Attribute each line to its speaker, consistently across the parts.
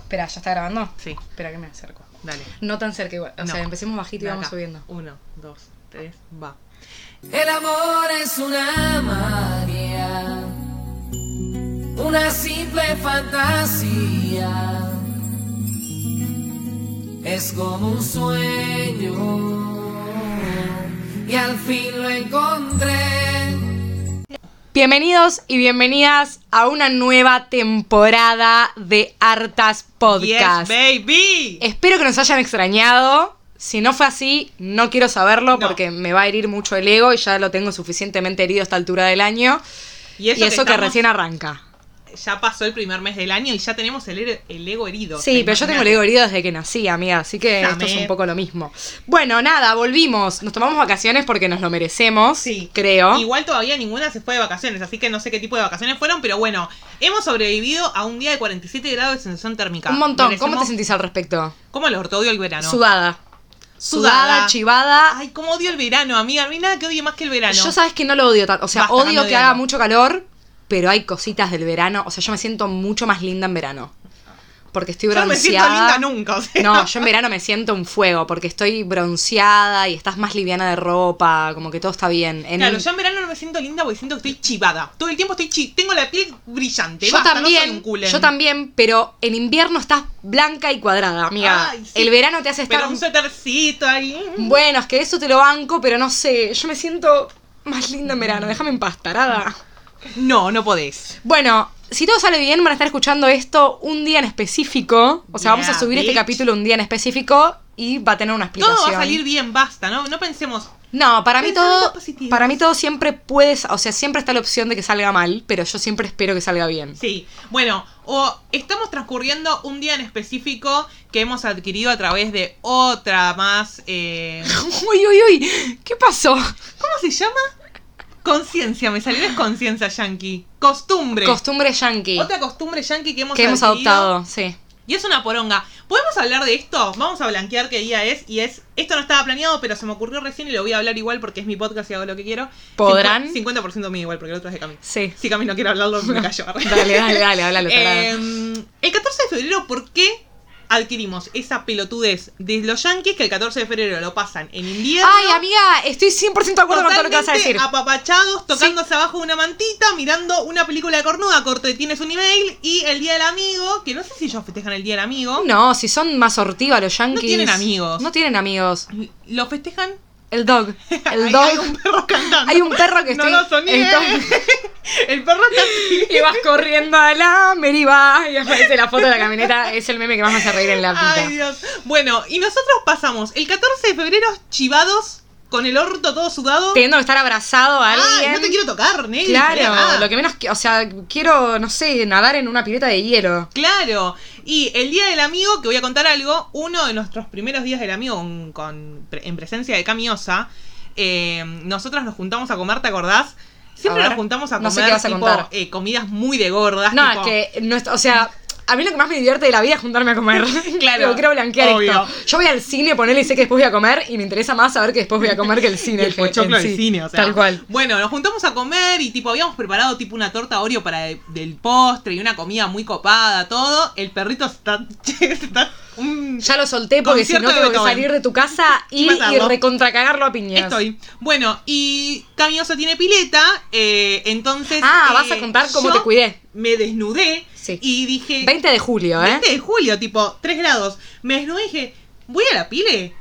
Speaker 1: Espera, ¿ya está grabando?
Speaker 2: Sí,
Speaker 1: Espera que me acerco.
Speaker 2: dale.
Speaker 1: No tan cerca igual. O
Speaker 2: No.
Speaker 1: sea, empecemos bajito y
Speaker 2: De
Speaker 1: vamos
Speaker 2: acá.
Speaker 1: subiendo.
Speaker 2: Uno, dos, tres, va.
Speaker 3: El amor es una magia, una simple fantasía. Es como un sueño y al fin lo encontré.
Speaker 1: Bienvenidos y bienvenidas a una nueva temporada de Hartas Podcast. Eh,
Speaker 2: Yes, baby.
Speaker 1: Espero que nos hayan extrañado. Si no fue así, no quiero saberlo
Speaker 2: No.
Speaker 1: porque me va a herir mucho el ego y ya lo tengo suficientemente herido a esta altura del año.
Speaker 2: Y eso,
Speaker 1: y eso que,
Speaker 2: estamos-
Speaker 1: recién arranca.
Speaker 2: Ya pasó el primer mes del año y ya tenemos el, her- el ego herido.
Speaker 1: Sí, pero yo tengo el ego herido desde que nací, amiga, así que esto es
Speaker 2: Dame.
Speaker 1: un poco lo mismo. Bueno, nada, volvimos. Nos tomamos vacaciones porque nos lo merecemos,
Speaker 2: Sí.
Speaker 1: creo.
Speaker 2: Igual todavía ninguna se fue de vacaciones, así que no sé qué tipo de vacaciones fueron, pero bueno, hemos sobrevivido a un día de 47 grados de sensación térmica.
Speaker 1: un montón. ¿Cómo te
Speaker 2: Merecemos-
Speaker 1: sentís al respecto?
Speaker 2: ¿Cómo el orto odio el verano?
Speaker 1: Sudada.
Speaker 2: Ah, Sudada.
Speaker 1: Sudada, chivada.
Speaker 2: Ay, cómo odio el verano, amiga. No hay nada que odie más que el verano.
Speaker 1: Yo sabes que no lo odio tanto. O sea,
Speaker 2: Basta,
Speaker 1: odio
Speaker 2: no me
Speaker 1: que haga
Speaker 2: odiamos.
Speaker 1: mucho calor, pero hay cositas del verano. O sea, yo me siento mucho más linda en verano. Porque estoy
Speaker 2: Yo no me siento
Speaker 1: bronceada.
Speaker 2: linda nunca. o sea.
Speaker 1: No, yo en verano me siento un fuego porque estoy bronceada y estás más liviana de ropa, como que todo está bien. En-
Speaker 2: Claro, yo en verano no me siento linda porque siento que estoy chivada. Todo el tiempo estoy chi tengo la piel brillante.
Speaker 1: yo
Speaker 2: Basta, no soy
Speaker 1: también,
Speaker 2: un culen.
Speaker 1: yo también, pero en invierno estás blanca y cuadrada, amiga.
Speaker 2: Ay, sí.
Speaker 1: El verano te hace estar
Speaker 2: Pero un suétercito ahí.
Speaker 1: Bueno, es que eso te lo banco, pero no sé, yo me siento más linda en verano, déjame en paz, tarada.
Speaker 2: No, no podés.
Speaker 1: Bueno, si todo sale bien, van a estar escuchando esto un día en específico. O sea,
Speaker 2: Yeah,
Speaker 1: vamos a subir este
Speaker 2: bitch.
Speaker 1: capítulo un día en específico y va a tener una explicación.
Speaker 2: Todo va a salir bien, basta, ¿no? No pensemos.
Speaker 1: No, para mí
Speaker 2: Pensamientos
Speaker 1: todo.
Speaker 2: positivos.
Speaker 1: Para mí todo siempre puedes. O sea, siempre está la opción de que salga mal, pero yo siempre espero que salga bien.
Speaker 2: Sí, bueno, o estamos transcurriendo un día en específico que hemos adquirido a través de otra más. eh,
Speaker 1: Uy, uy, uy. ¿Qué pasó?
Speaker 2: ¿Cómo se llama? Conciencia, me salió es conciencia yankee. Costumbre.
Speaker 1: Costumbre yankee.
Speaker 2: Otra costumbre yankee que hemos,
Speaker 1: que hemos
Speaker 2: adquirido.
Speaker 1: adoptado, sí.
Speaker 2: Y es una poronga. ¿Podemos hablar de esto? Vamos a blanquear qué día es. Y es. Esto no estaba planeado, pero se me ocurrió recién y lo voy a hablar igual porque es mi podcast y hago lo que quiero.
Speaker 1: ¿Podrán?
Speaker 2: Cincu- 50% mío igual, porque el otro es de Cami.
Speaker 1: Sí.
Speaker 2: Si Cami no quiere hablarlo, me callo.
Speaker 1: Dale, dale, dale, háblalo, tarada.
Speaker 2: Eh, el 14 de febrero, ¿por qué adquirimos esa pelotudez de los yankees que el 14 de febrero lo pasan en invierno?
Speaker 1: Ay, amiga, estoy 100% de acuerdo con todo lo que vas a
Speaker 2: totalmente
Speaker 1: decir.
Speaker 2: apapachados, tocándose abajo de una mantita, mirando una película cornuda, corte, tienes un email, y el Día del Amigo, que no sé si ellos festejan el Día del Amigo.
Speaker 1: No, si son más sortiva los yankees.
Speaker 2: tienen amigos.
Speaker 1: No tienen amigos.
Speaker 2: ¿Lo festejan?
Speaker 1: El dog. El
Speaker 2: Hay-
Speaker 1: dog.
Speaker 2: Hay un perro cantando.
Speaker 1: Hay un perro que
Speaker 2: no
Speaker 1: estoy-
Speaker 2: lo soñé.
Speaker 1: estoy-
Speaker 2: El perro está así.
Speaker 1: Y vas corriendo a la meriva y aparece la foto de la camioneta. Es el meme que más me hace reír en la vida.
Speaker 2: Ay, Dios. Bueno, y nosotros pasamos el 14 de febrero chivados, con el orto todo sudado.
Speaker 1: Teniendo que estar abrazado a alguien.
Speaker 2: Ay, no te quiero tocar, negro.
Speaker 1: Claro,
Speaker 2: Ah,
Speaker 1: lo que menos, qui- o sea, quiero, no sé, nadar en una pileta de hielo.
Speaker 2: Claro. Y el Día del Amigo, que voy a contar algo, uno de nuestros primeros días del amigo con, con- pre- en presencia de Camiosa, nosotros nos juntamos a comer, ¿te acordás? Siempre
Speaker 1: A ver,
Speaker 2: nos juntamos a
Speaker 1: no
Speaker 2: comer
Speaker 1: sé qué vas a
Speaker 2: tipo,
Speaker 1: contar.
Speaker 2: eh, comidas muy de gordas.
Speaker 1: No,
Speaker 2: tipo-
Speaker 1: es que, no, es- o sea, a mí lo que más me divierte de la vida es juntarme a comer.
Speaker 2: Claro,
Speaker 1: Digo, quiero blanquear
Speaker 2: obvio.
Speaker 1: esto. Yo voy al cine, ponele y sé que después voy a comer y me interesa más saber que después voy a comer que el cine.
Speaker 2: Y el
Speaker 1: en- en
Speaker 2: pochoclo del
Speaker 1: sí.
Speaker 2: cine, o sea.
Speaker 1: Tal cual.
Speaker 2: Bueno, nos juntamos a comer y tipo habíamos preparado tipo una torta Oreo para el- del postre y una comida muy copada, todo. El perrito está, está un-
Speaker 1: Ya lo solté porque si no
Speaker 2: Concierto de
Speaker 1: tengo que
Speaker 2: Beethoven.
Speaker 1: salir de tu casa
Speaker 2: Y
Speaker 1: ir y
Speaker 2: matarlo.
Speaker 1: recontracagarlo a piñas.
Speaker 2: Estoy. Bueno, y Camioso tiene pileta, eh, entonces.
Speaker 1: Ah,
Speaker 2: eh,
Speaker 1: vas a contar cómo
Speaker 2: yo
Speaker 1: te cuidé.
Speaker 2: Me desnudé
Speaker 1: Sí.
Speaker 2: y dije.
Speaker 1: 20 de julio, ¿eh?
Speaker 2: 20 de julio, tipo, 3 grados. Me desnudé y dije, ¿voy a la pile?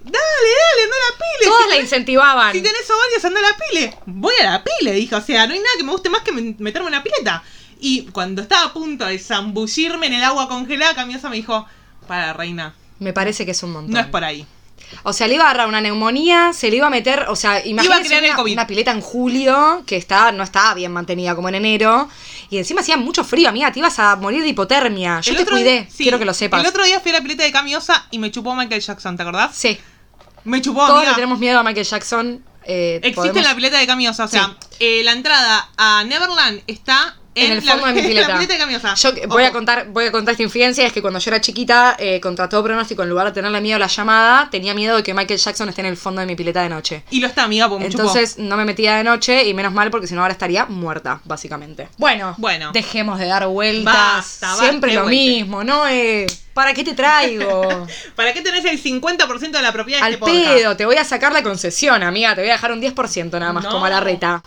Speaker 2: Dale, dale, anda a la pile.
Speaker 1: Todas
Speaker 2: Si
Speaker 1: la
Speaker 2: tenés-
Speaker 1: incentivaban.
Speaker 2: Si tenés ovarios, anda a la pile. Voy a la pile, dije. O sea, no hay nada que me guste más que men- meterme en una pileta. Y cuando estaba a punto de zambullirme en el agua congelada, Camiosa me dijo, para, reina,
Speaker 1: Me parece que es un montón.
Speaker 2: no es por ahí.
Speaker 1: O sea, le iba a agarrar una neumonía, se le iba a meter, o sea, imagínate
Speaker 2: crear el
Speaker 1: una,
Speaker 2: COVID.
Speaker 1: una pileta en julio, que estaba, no estaba bien mantenida como en enero, y encima hacía mucho frío, amiga, te ibas a morir de hipotermia. Yo
Speaker 2: El
Speaker 1: te
Speaker 2: otro
Speaker 1: cuidé,
Speaker 2: día- sí,
Speaker 1: quiero que lo sepas.
Speaker 2: El otro día fui a la pileta de Camiosa y me chupó Michael Jackson, ¿te acordás?
Speaker 1: Sí,
Speaker 2: Me chupó,
Speaker 1: todos
Speaker 2: oh, amiga.
Speaker 1: le tenemos miedo a Michael Jackson. eh,
Speaker 2: Existe
Speaker 1: podemos-
Speaker 2: en la pileta de Camiosa, o sea, eh, la entrada a Neverland está
Speaker 1: En el fondo de mi
Speaker 2: en
Speaker 1: pileta.
Speaker 2: La pileta de Camiosa.
Speaker 1: Yo que- voy a
Speaker 2: Ojo.
Speaker 1: contar, voy a contar esta infidencia, es que cuando yo era chiquita, eh, contra todo pronóstico, en lugar de tenerle miedo a la llamada, tenía miedo de que Michael Jackson esté en el fondo de mi pileta de noche.
Speaker 2: Y lo está, amiga, porque me chupó.
Speaker 1: Entonces no me metía de noche y menos mal porque si no ahora estaría muerta, básicamente. Bueno,
Speaker 2: Bueno.
Speaker 1: dejemos de dar vueltas.
Speaker 2: Basta, basta,
Speaker 1: Siempre lo
Speaker 2: vuelte.
Speaker 1: mismo, ¿no? Eh, ¿Para qué te traigo?
Speaker 2: ¿Para qué tenés el 50% de la propiedad de
Speaker 1: Al
Speaker 2: este podcast?
Speaker 1: pedo, te voy a sacar la concesión, amiga. Te voy a dejar un 10% nada más,
Speaker 2: No.
Speaker 1: como a la reta.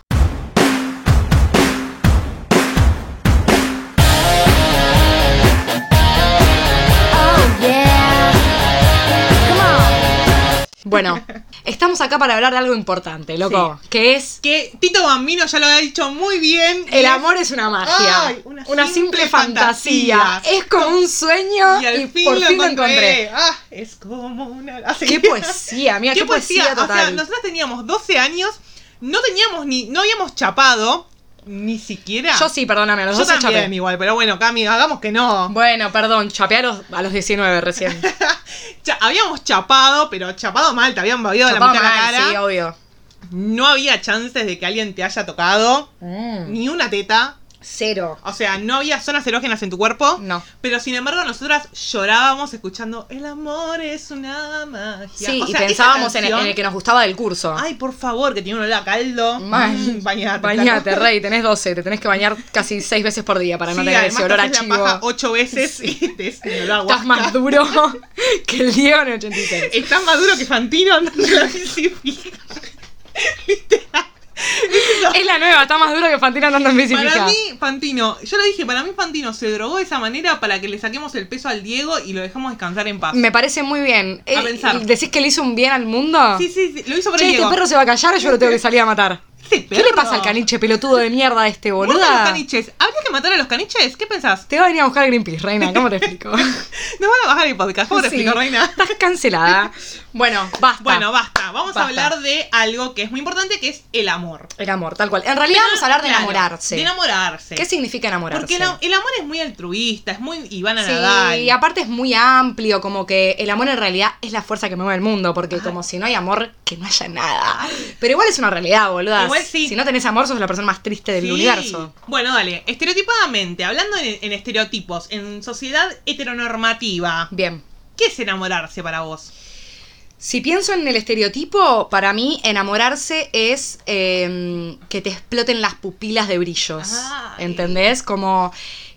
Speaker 1: Bueno, estamos acá para hablar de algo importante, loco, que es
Speaker 2: Que Tito Bambino ya lo ha dicho muy bien.
Speaker 1: el
Speaker 2: Y-
Speaker 1: amor es una magia,
Speaker 2: Ay,
Speaker 1: una, simple, fantasía.
Speaker 2: fantasía.
Speaker 1: es como un sueño y,
Speaker 2: al
Speaker 1: por fin lo encontré.
Speaker 2: Ah, es como una. así.
Speaker 1: Qué poesía, mira, qué,
Speaker 2: Qué
Speaker 1: poesía, total.
Speaker 2: O sea, nosotros teníamos 12 años, no teníamos ni. No habíamos chapado, ni siquiera.
Speaker 1: Yo sí, perdóname, a los
Speaker 2: Yo
Speaker 1: 12
Speaker 2: también
Speaker 1: chapé.
Speaker 2: igual, pero bueno, Cami, hagamos que no.
Speaker 1: Bueno, perdón, chapé a los, a los 19 recién.
Speaker 2: Cha- habíamos chapado, pero chapado mal, te habían babido la
Speaker 1: Chapaba
Speaker 2: mitad de la
Speaker 1: mal,
Speaker 2: cara.
Speaker 1: Sí, obvio.
Speaker 2: no había chances de que alguien te haya tocado,
Speaker 1: Mm.
Speaker 2: ni una teta.
Speaker 1: Cero.
Speaker 2: O sea, no había zonas erógenas en tu cuerpo.
Speaker 1: No.
Speaker 2: Pero sin embargo, nosotras llorábamos escuchando El amor es una magia.
Speaker 1: Sí,
Speaker 2: O sea,
Speaker 1: y
Speaker 2: esa
Speaker 1: pensábamos en el,
Speaker 2: canción-
Speaker 1: en el que nos gustaba del curso.
Speaker 2: Ay, por favor, que tiene un olor a caldo.
Speaker 1: Mal.
Speaker 2: Mm, bañate.
Speaker 1: Bañate,
Speaker 2: flaco.
Speaker 1: rey, tenés 12, te tenés que bañar casi 6 veces por día para no
Speaker 2: Sí,
Speaker 1: tener
Speaker 2: además
Speaker 1: ese olor
Speaker 2: te
Speaker 1: a
Speaker 2: haces
Speaker 1: chivo.
Speaker 2: la paja ocho veces y te es un olor a
Speaker 1: Estás
Speaker 2: guasca.
Speaker 1: más duro que el Diego en el 86.
Speaker 2: Estás más duro que Fantino andando en la bici fija.
Speaker 1: Es la nueva, está más duro que Fantino andando en bici
Speaker 2: Para
Speaker 1: fija.
Speaker 2: mí, Fantino, yo lo dije, para mí Fantino se drogó de esa manera para que le saquemos el peso al Diego y lo dejamos descansar en paz.
Speaker 1: Me parece muy bien. Eh,
Speaker 2: pensar.
Speaker 1: ¿Decís que le hizo un bien al mundo?
Speaker 2: Sí, sí, sí, lo hizo por
Speaker 1: Che,
Speaker 2: el
Speaker 1: este
Speaker 2: Diego.
Speaker 1: perro se va a callar o yo lo tengo que salir a matar.
Speaker 2: Este
Speaker 1: ¿Qué le
Speaker 2: perro.
Speaker 1: pasa al caniche pelotudo de mierda este,
Speaker 2: Vuelta a los
Speaker 1: boluda?
Speaker 2: caniches. ¿Habría que matar a los caniches? ¿Qué pensás?
Speaker 1: Te va a venir a buscar Greenpeace, reina, ¿cómo te explico?
Speaker 2: Nos van a bajar el podcast, pobre
Speaker 1: Sí,
Speaker 2: explico, reina.
Speaker 1: Estás cancelada. Bueno, basta.
Speaker 2: Bueno, basta. Vamos
Speaker 1: Basta.
Speaker 2: a hablar de algo que es muy importante, que es el amor.
Speaker 1: El amor, tal cual. En realidad vamos a hablar de
Speaker 2: Claro,
Speaker 1: enamorarse.
Speaker 2: De enamorarse.
Speaker 1: ¿Qué significa enamorarse?
Speaker 2: Porque el, el amor es muy altruista, es muy Iván
Speaker 1: Sí,
Speaker 2: Nadal.
Speaker 1: y aparte es muy amplio, como que el amor en realidad es la fuerza que mueve el mundo, porque como si no hay amor, que no haya nada. Pero igual es una realidad, boluda.
Speaker 2: Igual sí.
Speaker 1: Si no tenés amor, sos la persona más triste del
Speaker 2: Sí.
Speaker 1: universo.
Speaker 2: Bueno, dale. Estereotipadamente, hablando en, en estereotipos, en sociedad heteronormativa,
Speaker 1: Bien.
Speaker 2: ¿qué es enamorarse para vos?
Speaker 1: Si pienso en el estereotipo, para mí enamorarse es eh, que te exploten las pupilas de brillos.
Speaker 2: Ay.
Speaker 1: ¿Entendés? Como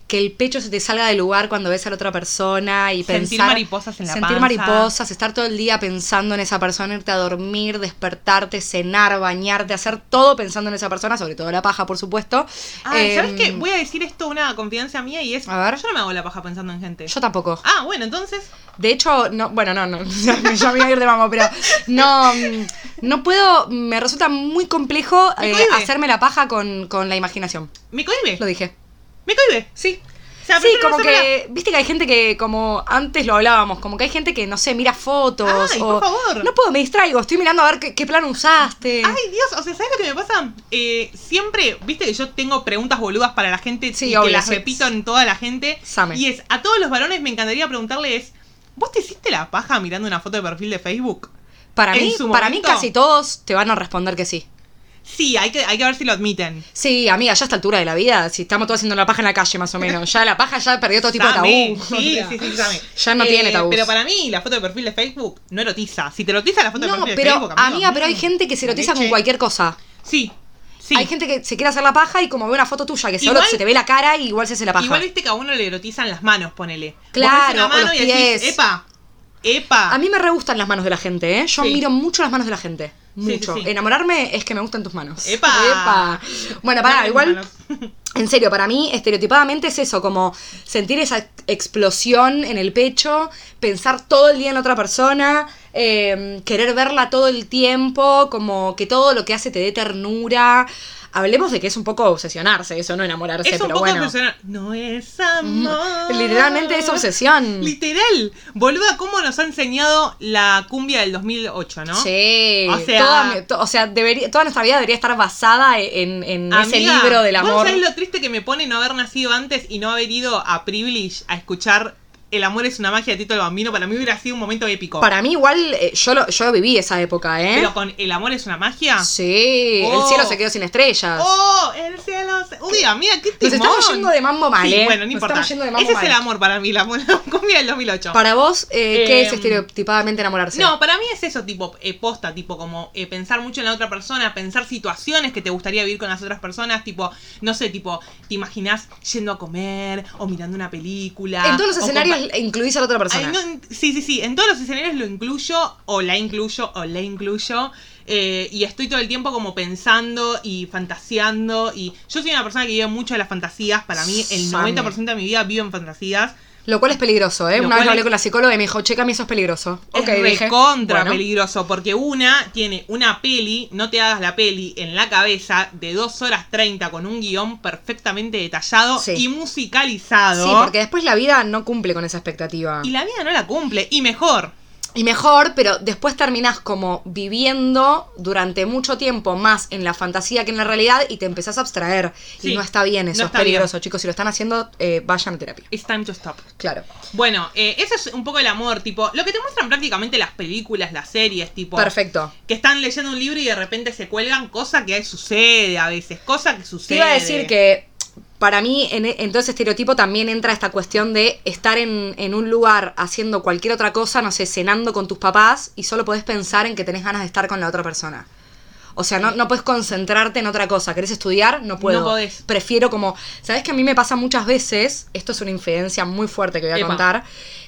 Speaker 1: que el pecho se te salga del lugar cuando ves a la otra persona y
Speaker 2: Sentir
Speaker 1: pensar.
Speaker 2: mariposas en la
Speaker 1: Sentir
Speaker 2: panza.
Speaker 1: mariposas, estar todo el día pensando en esa persona, irte a dormir, despertarte, cenar, bañarte, hacer todo pensando en esa persona, sobre todo la paja, por supuesto.
Speaker 2: Ah, ¿sabes
Speaker 1: Em,
Speaker 2: qué? Voy a decir esto una confianza mía y es.
Speaker 1: A ver.
Speaker 2: Yo no me hago la paja pensando en gente.
Speaker 1: Yo tampoco.
Speaker 2: Ah, bueno, entonces.
Speaker 1: De hecho, no, bueno, no, no, ya me voy a ir de mambo, pero no, mm, no puedo, me resulta muy complejo
Speaker 2: Me
Speaker 1: eh,
Speaker 2: cohibe.
Speaker 1: hacerme la paja con, con la imaginación.
Speaker 2: Me cohibe.
Speaker 1: Lo dije.
Speaker 2: Me cohibe.
Speaker 1: Sí.
Speaker 2: O sea,
Speaker 1: sí,
Speaker 2: prefiero no
Speaker 1: como
Speaker 2: hacérmela.
Speaker 1: que, viste que hay gente que, como antes lo hablábamos, como que hay gente que, no sé, mira fotos
Speaker 2: Ay,
Speaker 1: o...
Speaker 2: por favor.
Speaker 1: No puedo, me distraigo, estoy mirando a ver qué, qué plan usaste.
Speaker 2: Ay, Dios, o sea, ¿sabes lo que me pasa? Eh, siempre, viste que yo tengo preguntas boludas para la gente
Speaker 1: Sí,
Speaker 2: y
Speaker 1: obvio,
Speaker 2: que las
Speaker 1: sí.
Speaker 2: repito en toda la gente.
Speaker 1: Same.
Speaker 2: Y es, a todos los varones me encantaría preguntarles, ¿vos te hiciste la paja mirando una foto de perfil de Facebook?
Speaker 1: para
Speaker 2: en
Speaker 1: mí,
Speaker 2: su
Speaker 1: para mí
Speaker 2: momento-
Speaker 1: casi todos te van a responder que sí.
Speaker 2: Sí, hay que, hay que ver si lo admiten.
Speaker 1: Sí, amiga, ya a esta altura de la vida, si estamos todos haciendo la paja en la calle más o menos, ya la paja ya perdió todo tipo de
Speaker 2: Same,
Speaker 1: tabú.
Speaker 2: Sí,
Speaker 1: O sea,
Speaker 2: sí, sí, same. Eh,
Speaker 1: Ya no tiene tabús.
Speaker 2: Pero para mí, la foto de perfil de Facebook no erotiza. Si te erotiza la foto de
Speaker 1: No,
Speaker 2: perfil de
Speaker 1: pero
Speaker 2: Facebook, amigo,
Speaker 1: amiga, pero hay
Speaker 2: mm,
Speaker 1: gente que se
Speaker 2: la
Speaker 1: erotiza con
Speaker 2: leche.
Speaker 1: cualquier cosa.
Speaker 2: Sí, sí.
Speaker 1: Hay gente que se quiere hacer la paja y como ve una foto tuya que solo
Speaker 2: Igual-
Speaker 1: se te ve la cara y igual se hace la paja.
Speaker 2: Igual viste que a uno le erotizan las manos, ponele. Vos
Speaker 1: Claro,
Speaker 2: ves una
Speaker 1: o los
Speaker 2: mano y decís,
Speaker 1: pies.
Speaker 2: epa, epa.
Speaker 1: A mí me re gustan las manos de la gente, ¿eh? Yo
Speaker 2: Sí.
Speaker 1: miro mucho las manos de la gente.
Speaker 2: Sí,
Speaker 1: Mucho.
Speaker 2: sí, sí.
Speaker 1: Enamorarme es que me gustan tus manos.
Speaker 2: Epa.
Speaker 1: Bueno,
Speaker 2: No,
Speaker 1: pará,
Speaker 2: no,
Speaker 1: igual.
Speaker 2: no, no.
Speaker 1: En serio, para mí, estereotipadamente es eso, como sentir esa ex- explosión en el pecho, pensar todo el día en la otra persona, eh, querer verla todo el tiempo, como que todo lo que hace te dé ternura. Hablemos de que es un poco obsesionarse, eso no enamorarse,
Speaker 2: Es un
Speaker 1: pero
Speaker 2: poco
Speaker 1: bueno. Mm.
Speaker 2: obsesional. No es amor.
Speaker 1: Literalmente es obsesión.
Speaker 2: Literal. Boluda, ¿cómo nos ha enseñado la cumbia del 2008, no?
Speaker 1: Sí,
Speaker 2: O sea-
Speaker 1: toda, mi- to- o sea, debería- toda nuestra vida debería estar basada e, en, en ese
Speaker 2: Amiga,
Speaker 1: libro del
Speaker 2: ¿vos
Speaker 1: amor.
Speaker 2: sabés lo triste que me pone no haber nacido antes y no haber ido a Privilege a escuchar El amor es una magia de Tito el Bambino, para mí hubiera sido un momento épico.
Speaker 1: Para mí igual, eh, yo, lo, yo viví esa época, ¿eh?
Speaker 2: Pero con El amor es una magia.
Speaker 1: Sí, el
Speaker 2: Oh.
Speaker 1: cielo se quedó sin estrellas.
Speaker 2: ¡Oh! El cielo. se- Uy, amiga, qué
Speaker 1: Nos
Speaker 2: timón.
Speaker 1: estamos yendo de mambo mal,
Speaker 2: Sí,
Speaker 1: ¿eh?
Speaker 2: bueno, no
Speaker 1: Nos
Speaker 2: importa.
Speaker 1: estamos yendo de mambo
Speaker 2: Ese
Speaker 1: mal.
Speaker 2: es el amor para mí, la, la cumbia del 2008.
Speaker 1: Para vos, eh, ¿qué es
Speaker 2: Em,
Speaker 1: estereotipadamente enamorarse?
Speaker 2: No, para mí es eso, tipo, eh, posta, tipo, como eh, pensar mucho en la otra persona, pensar situaciones que te gustaría vivir con las otras personas, tipo, no sé, tipo, te imaginas yendo a comer o mirando una película.
Speaker 1: En todos los
Speaker 2: o
Speaker 1: escenarios
Speaker 2: compa-
Speaker 1: incluís a la otra
Speaker 2: Ay,
Speaker 1: persona.
Speaker 2: no, en- sí, sí, sí, en todos los escenarios lo incluyo, o la incluyo, o la incluyo, eh, y estoy todo el tiempo como pensando y fantaseando, y yo soy una persona que vive mucho de las fantasías, para mí el
Speaker 1: Same.
Speaker 2: 90% de mi vida vivo en fantasías,
Speaker 1: Lo cual es peligroso, ¿eh?
Speaker 2: Lo
Speaker 1: Una vez
Speaker 2: cual
Speaker 1: hablé
Speaker 2: es-
Speaker 1: con la psicóloga y me dijo, checa, a mí eso es peligroso.
Speaker 2: Es
Speaker 1: ok, dije.
Speaker 2: recontra
Speaker 1: bueno.
Speaker 2: peligroso, porque una tiene una peli, no te hagas la peli, en la cabeza de 2 horas 30 con un guión perfectamente detallado
Speaker 1: Sí.
Speaker 2: y musicalizado.
Speaker 1: Sí, porque después la vida no cumple con esa expectativa.
Speaker 2: Y la vida no la cumple, y mejor.
Speaker 1: Y mejor, pero después terminás como viviendo durante mucho tiempo más en la fantasía que en la realidad y te empezás a abstraer. Y
Speaker 2: Sí,
Speaker 1: no está bien
Speaker 2: no
Speaker 1: eso,
Speaker 2: está
Speaker 1: es peligroso, chicos. Si lo están haciendo, eh, vayan a terapia.
Speaker 2: It's time to stop.
Speaker 1: Claro.
Speaker 2: Bueno, eh, eso es un poco el amor, tipo, lo que te muestran prácticamente las películas, las series, tipo.
Speaker 1: Perfecto.
Speaker 2: Que están leyendo un libro y de repente se cuelgan, cosa que sucede a veces, cosa que
Speaker 1: Te
Speaker 2: sucede.
Speaker 1: iba a decir que para mí, en, e, en todo ese estereotipo también entra esta cuestión de estar en, en un lugar haciendo cualquier otra cosa, no sé, cenando con tus papás y solo podés pensar en que tenés ganas de estar con la otra persona. O sea, no, no puedes concentrarte en otra cosa. ¿Querés estudiar? No puedo.
Speaker 2: No podés.
Speaker 1: Prefiero como... ¿Sabes que a mí me pasa muchas veces? Esto es una infidencia muy fuerte que voy a
Speaker 2: Epa.
Speaker 1: contar.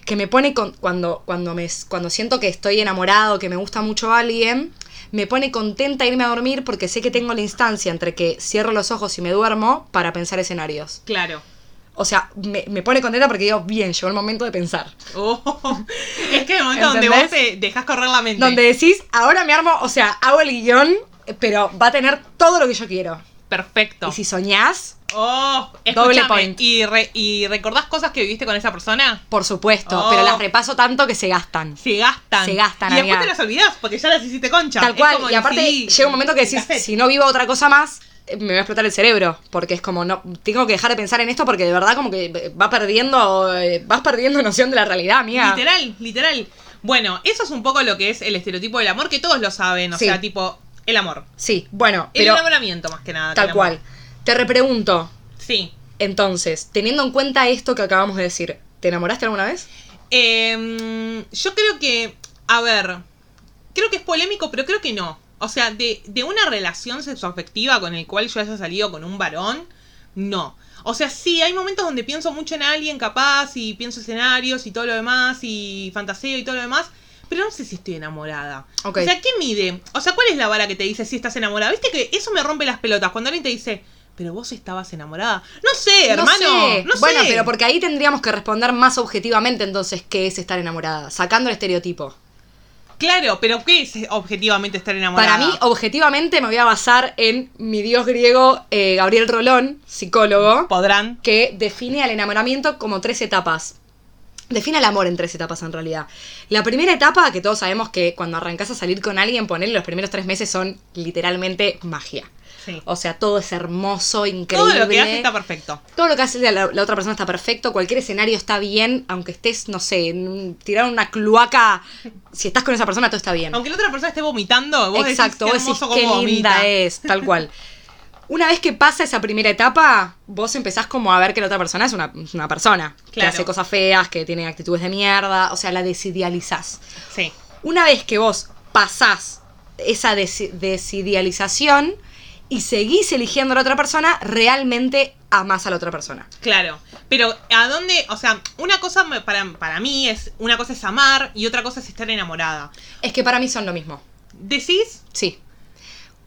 Speaker 1: Que me pone con- cuando, cuando, me, cuando siento que estoy enamorado, que me gusta mucho alguien, me pone contenta irme a dormir porque sé que tengo la instancia entre que cierro los ojos y me duermo para pensar escenarios.
Speaker 2: Claro.
Speaker 1: O sea, me, me pone contenta porque digo, bien, llegó el momento de pensar.
Speaker 2: Oh, es que el momento donde vos
Speaker 1: ¿Entendés?
Speaker 2: te dejás correr la mente.
Speaker 1: Donde decís, ahora me armo, o sea, hago el guión, pero va a tener todo lo que yo quiero.
Speaker 2: Perfecto.
Speaker 1: Y si soñás,
Speaker 2: Oh,
Speaker 1: Doble
Speaker 2: escúchame,
Speaker 1: point.
Speaker 2: ¿Y, re- ¿Y recordás cosas que viviste con esa persona?
Speaker 1: por supuesto,
Speaker 2: Oh.
Speaker 1: pero las repaso tanto que se gastan.
Speaker 2: Se gastan.
Speaker 1: Se gastan,
Speaker 2: Y después
Speaker 1: amiga.
Speaker 2: te las olvidás porque ya las hiciste concha.
Speaker 1: Tal
Speaker 2: Es
Speaker 1: cual,
Speaker 2: como
Speaker 1: y
Speaker 2: el
Speaker 1: aparte
Speaker 2: CD,
Speaker 1: llega un momento que
Speaker 2: el
Speaker 1: decís,
Speaker 2: cassette.
Speaker 1: si no vivo otra cosa más, eh, me va a explotar el cerebro, porque es como, no, tengo que dejar de pensar en esto porque de verdad como que eh, va perdiendo, eh, vas perdiendo noción de la realidad, amiga.
Speaker 2: Literal, literal. Bueno, eso es un poco lo que es el estereotipo del amor, que todos lo saben. O
Speaker 1: Sí.
Speaker 2: sea, tipo, el amor.
Speaker 1: Sí, bueno,
Speaker 2: El
Speaker 1: pero
Speaker 2: enamoramiento, más que nada. que el
Speaker 1: tal
Speaker 2: amor.
Speaker 1: cual. Te repregunto,
Speaker 2: Sí.
Speaker 1: entonces, teniendo en cuenta esto que acabamos de decir, ¿te enamoraste alguna vez?
Speaker 2: Eh, yo creo que, a ver, creo que es polémico, pero creo que no. O sea, de, de una relación sexoafectiva con el cual yo haya salido con un varón, no. O sea, sí, hay momentos donde pienso mucho en alguien capaz y pienso escenarios y todo lo demás y fantaseo y todo lo demás, pero no sé si estoy enamorada.
Speaker 1: Ok.
Speaker 2: O sea, ¿qué mide? O sea, ¿cuál es la vara que te dice si estás enamorada? Viste que eso me rompe las pelotas cuando alguien te dice, pero vos estabas enamorada. No sé, Eh, hermano. No sé.
Speaker 1: Bueno, pero porque ahí tendríamos que responder más objetivamente entonces qué es estar enamorada, sacando el estereotipo.
Speaker 2: Claro, pero ¿qué es objetivamente estar enamorada?
Speaker 1: Para mí, objetivamente, me voy a basar en mi dios griego eh, Gabriel Rolón, psicólogo,
Speaker 2: podrán.
Speaker 1: que define al enamoramiento como tres etapas. Define el amor en tres etapas en realidad. La primera etapa, que todos sabemos que cuando arrancas a salir con alguien, ponerle los primeros tres meses son literalmente magia.
Speaker 2: Sí.
Speaker 1: O sea, todo es hermoso, increíble.
Speaker 2: Todo lo que hace está perfecto.
Speaker 1: Todo lo que hace la, la otra persona está perfecto, cualquier escenario está bien, aunque estés, no sé, en un- tirado en una cloaca, si estás con esa persona todo está bien.
Speaker 2: Aunque la otra persona esté vomitando, vos
Speaker 1: Exacto, vos
Speaker 2: decís, qué
Speaker 1: decís
Speaker 2: hermoso
Speaker 1: qué
Speaker 2: cómo
Speaker 1: linda
Speaker 2: vomita.
Speaker 1: es, tal cual. Una vez que pasa esa primera etapa, vos empezás como a ver que la otra persona es una, es una persona. Que
Speaker 2: Claro.
Speaker 1: hace cosas feas, que tiene actitudes de mierda, o sea, la desidealizás.
Speaker 2: Sí.
Speaker 1: Una vez que vos pasás esa desi- desidealización y seguís eligiendo a la otra persona, realmente amás a la otra persona.
Speaker 2: Claro, pero ¿a dónde? O sea, una cosa me- para, para mí es, una cosa es amar y otra cosa es estar enamorada.
Speaker 1: Es que para mí son lo mismo,
Speaker 2: ¿Decís?
Speaker 1: sí.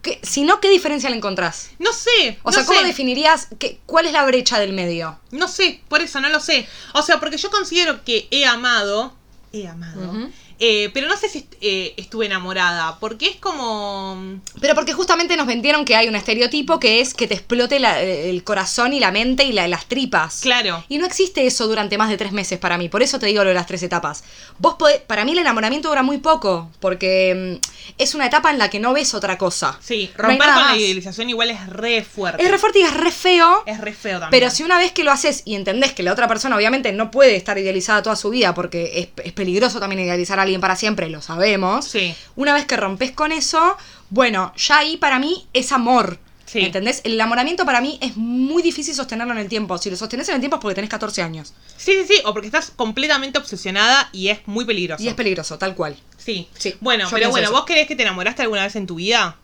Speaker 1: Que- si no, ¿qué diferencia le encontrás?
Speaker 2: No sé.
Speaker 1: O
Speaker 2: no
Speaker 1: sea, ¿cómo
Speaker 2: sé.
Speaker 1: definirías qué- cuál es la brecha del medio?
Speaker 2: No sé, por eso no lo sé. O sea, porque yo considero que he amado, he amado,
Speaker 1: Ujú.
Speaker 2: Eh, pero no sé si est- eh, estuve enamorada, porque es como...
Speaker 1: Pero porque justamente nos vendieron que hay un estereotipo que es que te explote la- el corazón y la mente y la- las tripas.
Speaker 2: Claro.
Speaker 1: Y no existe eso durante más de tres meses para mí. Por eso te digo lo de las tres etapas. Vos podés- para mí el enamoramiento dura muy poco, porque mm, es una etapa en la que no ves otra cosa.
Speaker 2: Sí,
Speaker 1: No hay
Speaker 2: romper
Speaker 1: nada
Speaker 2: con la
Speaker 1: más.
Speaker 2: idealización igual es re fuerte.
Speaker 1: Es re fuerte y es re feo.
Speaker 2: Es re feo también.
Speaker 1: Pero si una vez que lo haces y entendés que la otra persona obviamente no puede estar idealizada toda su vida, porque es, es peligroso también idealizar a alguien para siempre, lo sabemos.
Speaker 2: Sí.
Speaker 1: Una vez que rompes con eso, bueno, ya ahí para mí es amor.
Speaker 2: Sí.
Speaker 1: ¿Entendés? El enamoramiento para mí es muy difícil sostenerlo en el tiempo. Si lo sostenés en el tiempo es porque tenés 14 años.
Speaker 2: Sí, sí, sí, o porque estás completamente obsesionada y es muy peligroso.
Speaker 1: Y es peligroso, tal cual.
Speaker 2: sí.
Speaker 1: Sí,
Speaker 2: Bueno,
Speaker 1: yo
Speaker 2: pero
Speaker 1: pienso
Speaker 2: bueno,
Speaker 1: eso.
Speaker 2: ¿vos crees que te enamoraste alguna vez en tu vida?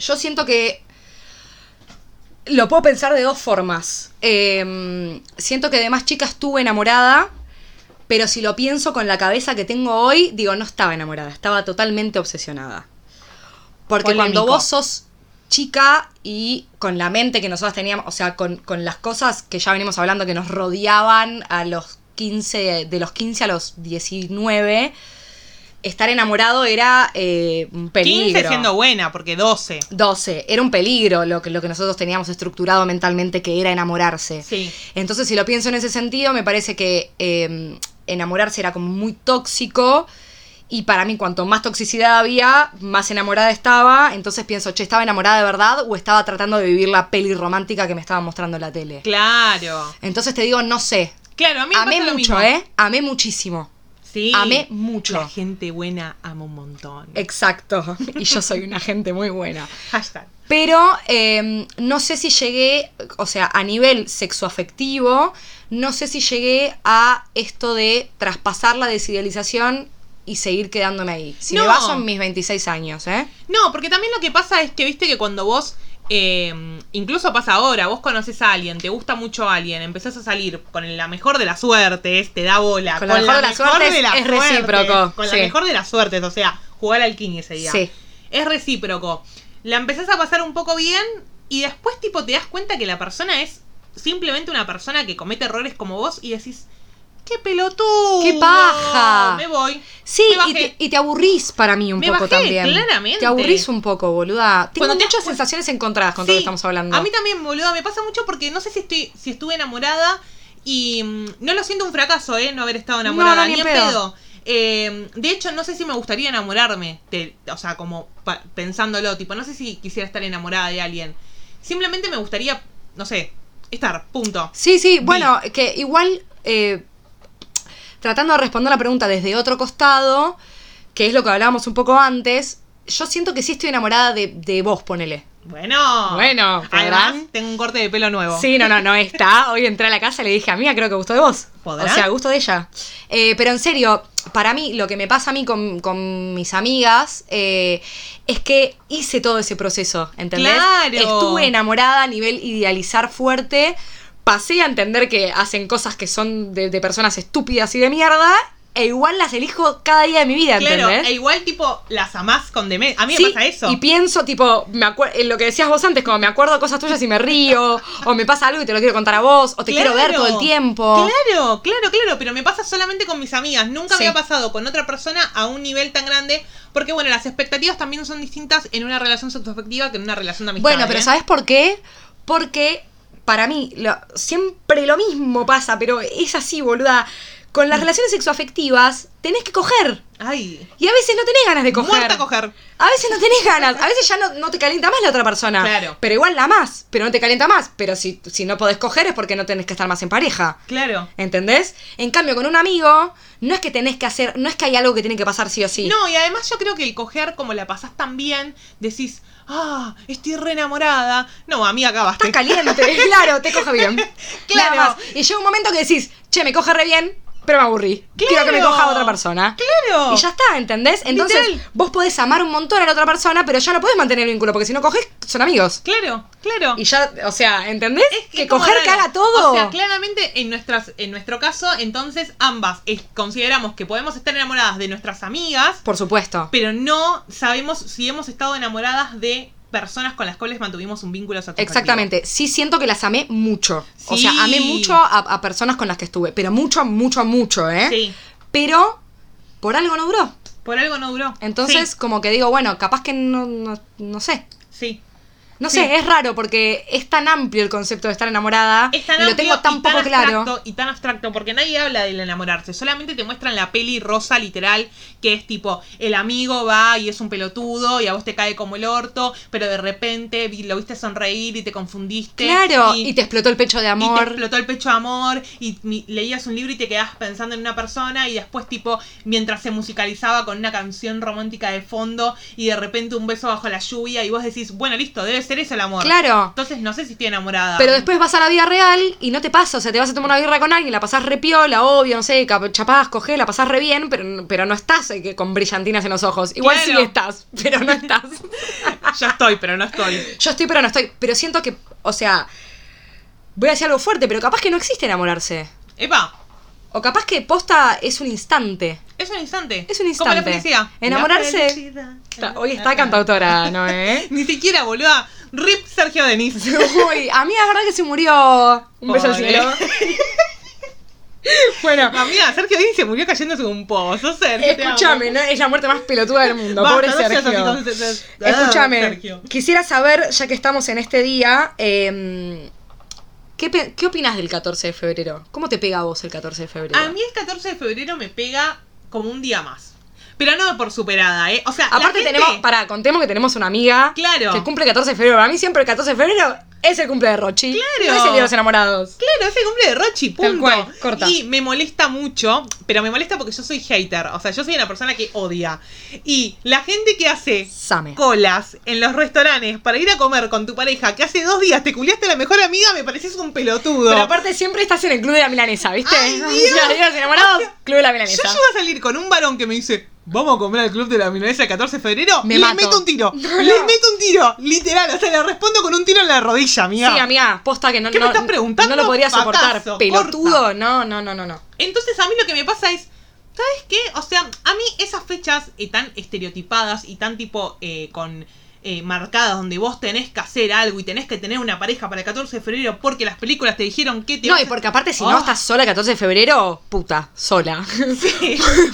Speaker 1: Yo siento que lo puedo pensar de dos formas. Eh, siento que de más chica estuve enamorada, pero si lo pienso con la cabeza que tengo hoy, digo, no estaba enamorada, estaba totalmente obsesionada. Porque
Speaker 2: Polémico.
Speaker 1: cuando vos sos chica y con la mente que nosotros teníamos, o sea, con, con las cosas que ya venimos hablando que nos rodeaban a los 15, de los 15 a los 19, estar enamorado era eh, un peligro.
Speaker 2: 15 siendo buena, porque 12.
Speaker 1: 12. Era un peligro lo que, lo que nosotros teníamos estructurado mentalmente, que era enamorarse.
Speaker 2: Sí.
Speaker 1: Entonces, si lo pienso en ese sentido, me parece que eh, enamorarse era como muy tóxico. Y para mí, cuanto más toxicidad había, más enamorada estaba. Entonces pienso, che, ¿estaba enamorada de verdad o estaba tratando de vivir la peli romántica que me estaba mostrando en la tele?
Speaker 2: Claro.
Speaker 1: Entonces te digo, no sé.
Speaker 2: Claro, a mí me
Speaker 1: Amé
Speaker 2: pasa lo
Speaker 1: mucho,
Speaker 2: mismo.
Speaker 1: ¿eh? Amé muchísimo.
Speaker 2: Sí.
Speaker 1: Amé mucho.
Speaker 2: La gente buena ama un montón.
Speaker 1: Exacto. Y yo soy una gente muy buena.
Speaker 2: Hashtag.
Speaker 1: Pero eh, no sé si llegué, o sea, a nivel sexoafectivo, no sé si llegué a esto de traspasar la desidealización y seguir quedándome ahí. Si
Speaker 2: No.
Speaker 1: me baso en mis 26 años, ¿eh?
Speaker 2: No, porque también lo que pasa es que viste que cuando vos, eh, incluso pasa ahora, vos conoces a alguien, te gusta mucho alguien, empezás a salir con la mejor de las suertes, te da bola.
Speaker 1: Con la mejor de las suertes es recíproco,
Speaker 2: Con
Speaker 1: sí.
Speaker 2: la mejor de las suertes, o sea, jugar al king ese día.
Speaker 1: Sí.
Speaker 2: Es recíproco. La empezás a pasar un poco bien y después tipo te das cuenta que la persona es simplemente una persona que comete errores como vos y decís, ¡qué pelotudo!
Speaker 1: ¡Qué paja!
Speaker 2: Me voy.
Speaker 1: Sí,
Speaker 2: Me bajé.
Speaker 1: y te, y te aburrís para mí un
Speaker 2: Me
Speaker 1: poco
Speaker 2: bajé,
Speaker 1: también.
Speaker 2: claramente.
Speaker 1: Te aburrís un poco, boluda. Tengo
Speaker 2: Cuando te das
Speaker 1: muchas
Speaker 2: cuenta-
Speaker 1: sensaciones encontradas con todo lo
Speaker 2: Sí,
Speaker 1: que estamos hablando.
Speaker 2: A mí también, boludo, me pasa mucho porque no sé si estoy si estuve enamorada y mm, no lo siento un fracaso, ¿eh? No haber estado enamorada,
Speaker 1: No, no,
Speaker 2: ni,
Speaker 1: ni
Speaker 2: en
Speaker 1: en
Speaker 2: pedo.
Speaker 1: pedo.
Speaker 2: Eh, de hecho, no sé si me gustaría enamorarme, te- o sea, como pa- pensándolo, tipo, no sé si quisiera estar enamorada de alguien. Simplemente me gustaría, no sé, estar, punto.
Speaker 1: Sí, sí, bueno, que igual, eh, tratando de responder la pregunta desde otro costado, que es lo que hablábamos un poco antes, yo siento que sí estoy enamorada de, de vos, ponele.
Speaker 2: Bueno,
Speaker 1: Bueno,
Speaker 2: además
Speaker 1: podrán.
Speaker 2: tengo un corte de pelo nuevo.
Speaker 1: Sí, no, no, no está. Hoy entré a la casa y le dije, a mí creo que gustó de vos.
Speaker 2: ¿Podrá?
Speaker 1: O sea, gusto de ella. Eh, pero en serio, para mí, lo que me pasa a mí con, con mis amigas eh, es que hice todo ese proceso, ¿entendés?
Speaker 2: Claro.
Speaker 1: Estuve enamorada a nivel idealizar fuerte, pasé a entender que hacen cosas que son de, de personas estúpidas y de mierda, e igual las elijo cada día de mi vida, ¿entendés?
Speaker 2: Claro, e igual tipo las amás con demencia. A mí me
Speaker 1: Sí,
Speaker 2: pasa eso.
Speaker 1: Y pienso, tipo, me acuer- en lo que decías vos antes, como me acuerdo cosas tuyas y me río, o me pasa algo y te lo quiero contar a vos, o te quiero ver todo el tiempo.
Speaker 2: Claro, claro, claro, pero me pasa solamente con mis amigas. Nunca me
Speaker 1: Sí.
Speaker 2: ha pasado con otra persona a un nivel tan grande. Porque, bueno, las expectativas también son distintas en una relación sexoafectiva que en una relación de amistad.
Speaker 1: Bueno, pero
Speaker 2: ¿eh?
Speaker 1: ¿sabes por qué? Porque para mí lo- siempre lo mismo pasa, pero es así, boluda. Con las relaciones sexoafectivas tenés que coger.
Speaker 2: Ay,
Speaker 1: Y a veces no tenés ganas de coger.
Speaker 2: muerta a coger.
Speaker 1: A veces no tenés ganas, a veces ya no, no te calienta más la otra persona.
Speaker 2: Claro.
Speaker 1: Pero igual la más, pero no te calienta más. Pero si, si no podés coger es porque no tenés que estar más en pareja.
Speaker 2: Claro.
Speaker 1: ¿Entendés? En cambio, con un amigo, no es que tenés que hacer, no es que hay algo que tiene que pasar sí o sí.
Speaker 2: No, y además yo creo que el coger, como la pasás tan bien, decís, ah, estoy re enamorada. No, amiga, acabaste.
Speaker 1: Estás caliente, claro, te coge bien.
Speaker 2: Claro.
Speaker 1: Nada más. Y llega un momento que decís, che, me coge re bien, pero me aburrí. Quiero que me
Speaker 2: Claro.
Speaker 1: coja otra persona.
Speaker 2: Claro.
Speaker 1: Y ya está, ¿entendés? Entonces,
Speaker 2: Literal.
Speaker 1: vos podés amar un montón a la otra persona, pero ya no podés mantener el vínculo, porque si no coges, son amigos.
Speaker 2: Claro, claro.
Speaker 1: Y ya, o sea, ¿entendés?
Speaker 2: Es
Speaker 1: que
Speaker 2: es como
Speaker 1: coger
Speaker 2: raro.
Speaker 1: caga todo.
Speaker 2: O sea, claramente en, nuestras, en nuestro caso, entonces ambas es- consideramos que podemos estar enamoradas de nuestras amigas,
Speaker 1: Por supuesto.
Speaker 2: pero no sabemos si hemos estado enamoradas de personas con las cuales mantuvimos un vínculo satisfactorio.
Speaker 1: Exactamente, sí siento que las amé mucho. O
Speaker 2: Sí.
Speaker 1: sea, amé mucho a, a personas con las que estuve, pero mucho, mucho, mucho, ¿eh?
Speaker 2: Sí.
Speaker 1: Pero, por algo no duró.
Speaker 2: Por algo no duró.
Speaker 1: Entonces, como que digo, bueno, capaz que no, no, no sé.
Speaker 2: Sí. sí.
Speaker 1: No
Speaker 2: Sí.
Speaker 1: sé, es raro porque es tan amplio el concepto de estar enamorada
Speaker 2: Es tan
Speaker 1: y lo
Speaker 2: amplio
Speaker 1: tengo tan
Speaker 2: y
Speaker 1: poco
Speaker 2: abstracto,
Speaker 1: claro.
Speaker 2: Y tan abstracto, porque nadie habla del enamorarse. Solamente te muestran la peli rosa literal, que es tipo, el amigo va y es un pelotudo y a vos te cae como el orto, pero de repente vi- lo viste sonreír y te confundiste.
Speaker 1: Claro, y, te explotó el pecho de
Speaker 2: y te
Speaker 1: amor.
Speaker 2: explotó el pecho de amor y mi- leías un libro y te quedabas pensando en una persona y después tipo mientras se musicalizaba con una canción romántica de fondo y de repente un beso bajo la lluvia y vos decís, bueno, listo, debe ser eso el amor.
Speaker 1: Claro.
Speaker 2: Entonces no sé si estoy enamorada.
Speaker 1: Pero después vas a la vida real y no te pasa. O sea, te vas a tomar una birra con alguien, la pasás re piola, obvio, no sé, cap- chapás, cogés, la pasás re bien, pero, pero no estás eh, que- con brillantinas en los ojos. Igual
Speaker 2: Claro.
Speaker 1: sí estás, pero no estás.
Speaker 2: Ya estoy, pero no estoy.
Speaker 1: Yo estoy, pero no estoy. Pero siento que, o sea, voy a decir algo fuerte, pero capaz que no existe enamorarse.
Speaker 2: Epa,
Speaker 1: O capaz que posta es un instante.
Speaker 2: es un instante.
Speaker 1: Es un
Speaker 2: Como
Speaker 1: instante.
Speaker 2: la felicidad.
Speaker 1: Enamorarse.
Speaker 2: La felicidad.
Speaker 1: Está- Hoy está cantautora, ¿no, eh?
Speaker 2: Ni siquiera, boluda. Rip Sergio Denis.
Speaker 1: Uy, a mí la verdad que se murió. Un beso al
Speaker 2: Pobre.
Speaker 1: cielo. Bueno,
Speaker 2: Amiga, Sergio Denis se murió cayéndose en un pozo, Sergio. te amo.
Speaker 1: Escúchame, ¿no? es la muerte más pelotuda del mundo.
Speaker 2: Basta,
Speaker 1: Pobre
Speaker 2: no seas
Speaker 1: Sergio.
Speaker 2: así con Ser- Ser- Ah,
Speaker 1: Escúchame,
Speaker 2: Sergio.
Speaker 1: quisiera saber, ya que estamos en este día, eh, ¿qué, pe- ¿qué opinas del 14 de febrero? ¿Cómo te pega a vos el 14 de febrero?
Speaker 2: A mí el 14 de febrero me pega como un día más. Pero no por superada, ¿eh? O sea, la
Speaker 1: Aparte
Speaker 2: gente-
Speaker 1: tenemos, pará, contemos que tenemos una amiga
Speaker 2: Claro.
Speaker 1: que cumple el 14 de febrero. Para mí siempre el 14 de febrero es el cumple de Rochi.
Speaker 2: Claro.
Speaker 1: No es el día de los enamorados.
Speaker 2: Claro, es el cumple de Rochi, punto.
Speaker 1: Tal cual, corta.
Speaker 2: Y me molesta mucho, pero me molesta porque yo soy hater. O sea, yo soy una persona que odia. Y la gente que hace
Speaker 1: Same.
Speaker 2: colas en los restaurantes para ir a comer con tu pareja que hace dos días te culiaste a la mejor amiga, me pareces un pelotudo.
Speaker 1: Pero aparte siempre estás en el club de la milanesa, ¿viste?
Speaker 2: Ay,
Speaker 1: O sea,
Speaker 2: Dios.
Speaker 1: día de los enamorados, club de la
Speaker 2: yo
Speaker 1: milanesa.
Speaker 2: llego a salir con un varón que me dice, vamos a comer al club de la milanesa el 14 de febrero,
Speaker 1: Me
Speaker 2: le
Speaker 1: mato.
Speaker 2: meto un tiro.
Speaker 1: No,
Speaker 2: Le
Speaker 1: no.
Speaker 2: meto un tiro, literal. O sea, le respondo con un tiro en la rodilla, amiga.
Speaker 1: Sí, amiga, posta que no,
Speaker 2: ¿Qué me
Speaker 1: no,
Speaker 2: estás preguntando?
Speaker 1: no lo podría soportar.
Speaker 2: Patazo,
Speaker 1: Pelotudo,
Speaker 2: corta.
Speaker 1: no, no, no, no, no.
Speaker 2: Entonces a mí lo que me pasa es, ¿sabes qué? O sea, a mí esas fechas eh, tan estereotipadas y tan tipo eh, con eh, marcadas donde vos tenés que hacer algo y tenés que tener una pareja para el 14 de febrero porque las películas te dijeron que te...
Speaker 1: No,
Speaker 2: vas
Speaker 1: y
Speaker 2: a-
Speaker 1: porque aparte si
Speaker 2: Oh,
Speaker 1: no estás sola el 14 de febrero, puta, sola.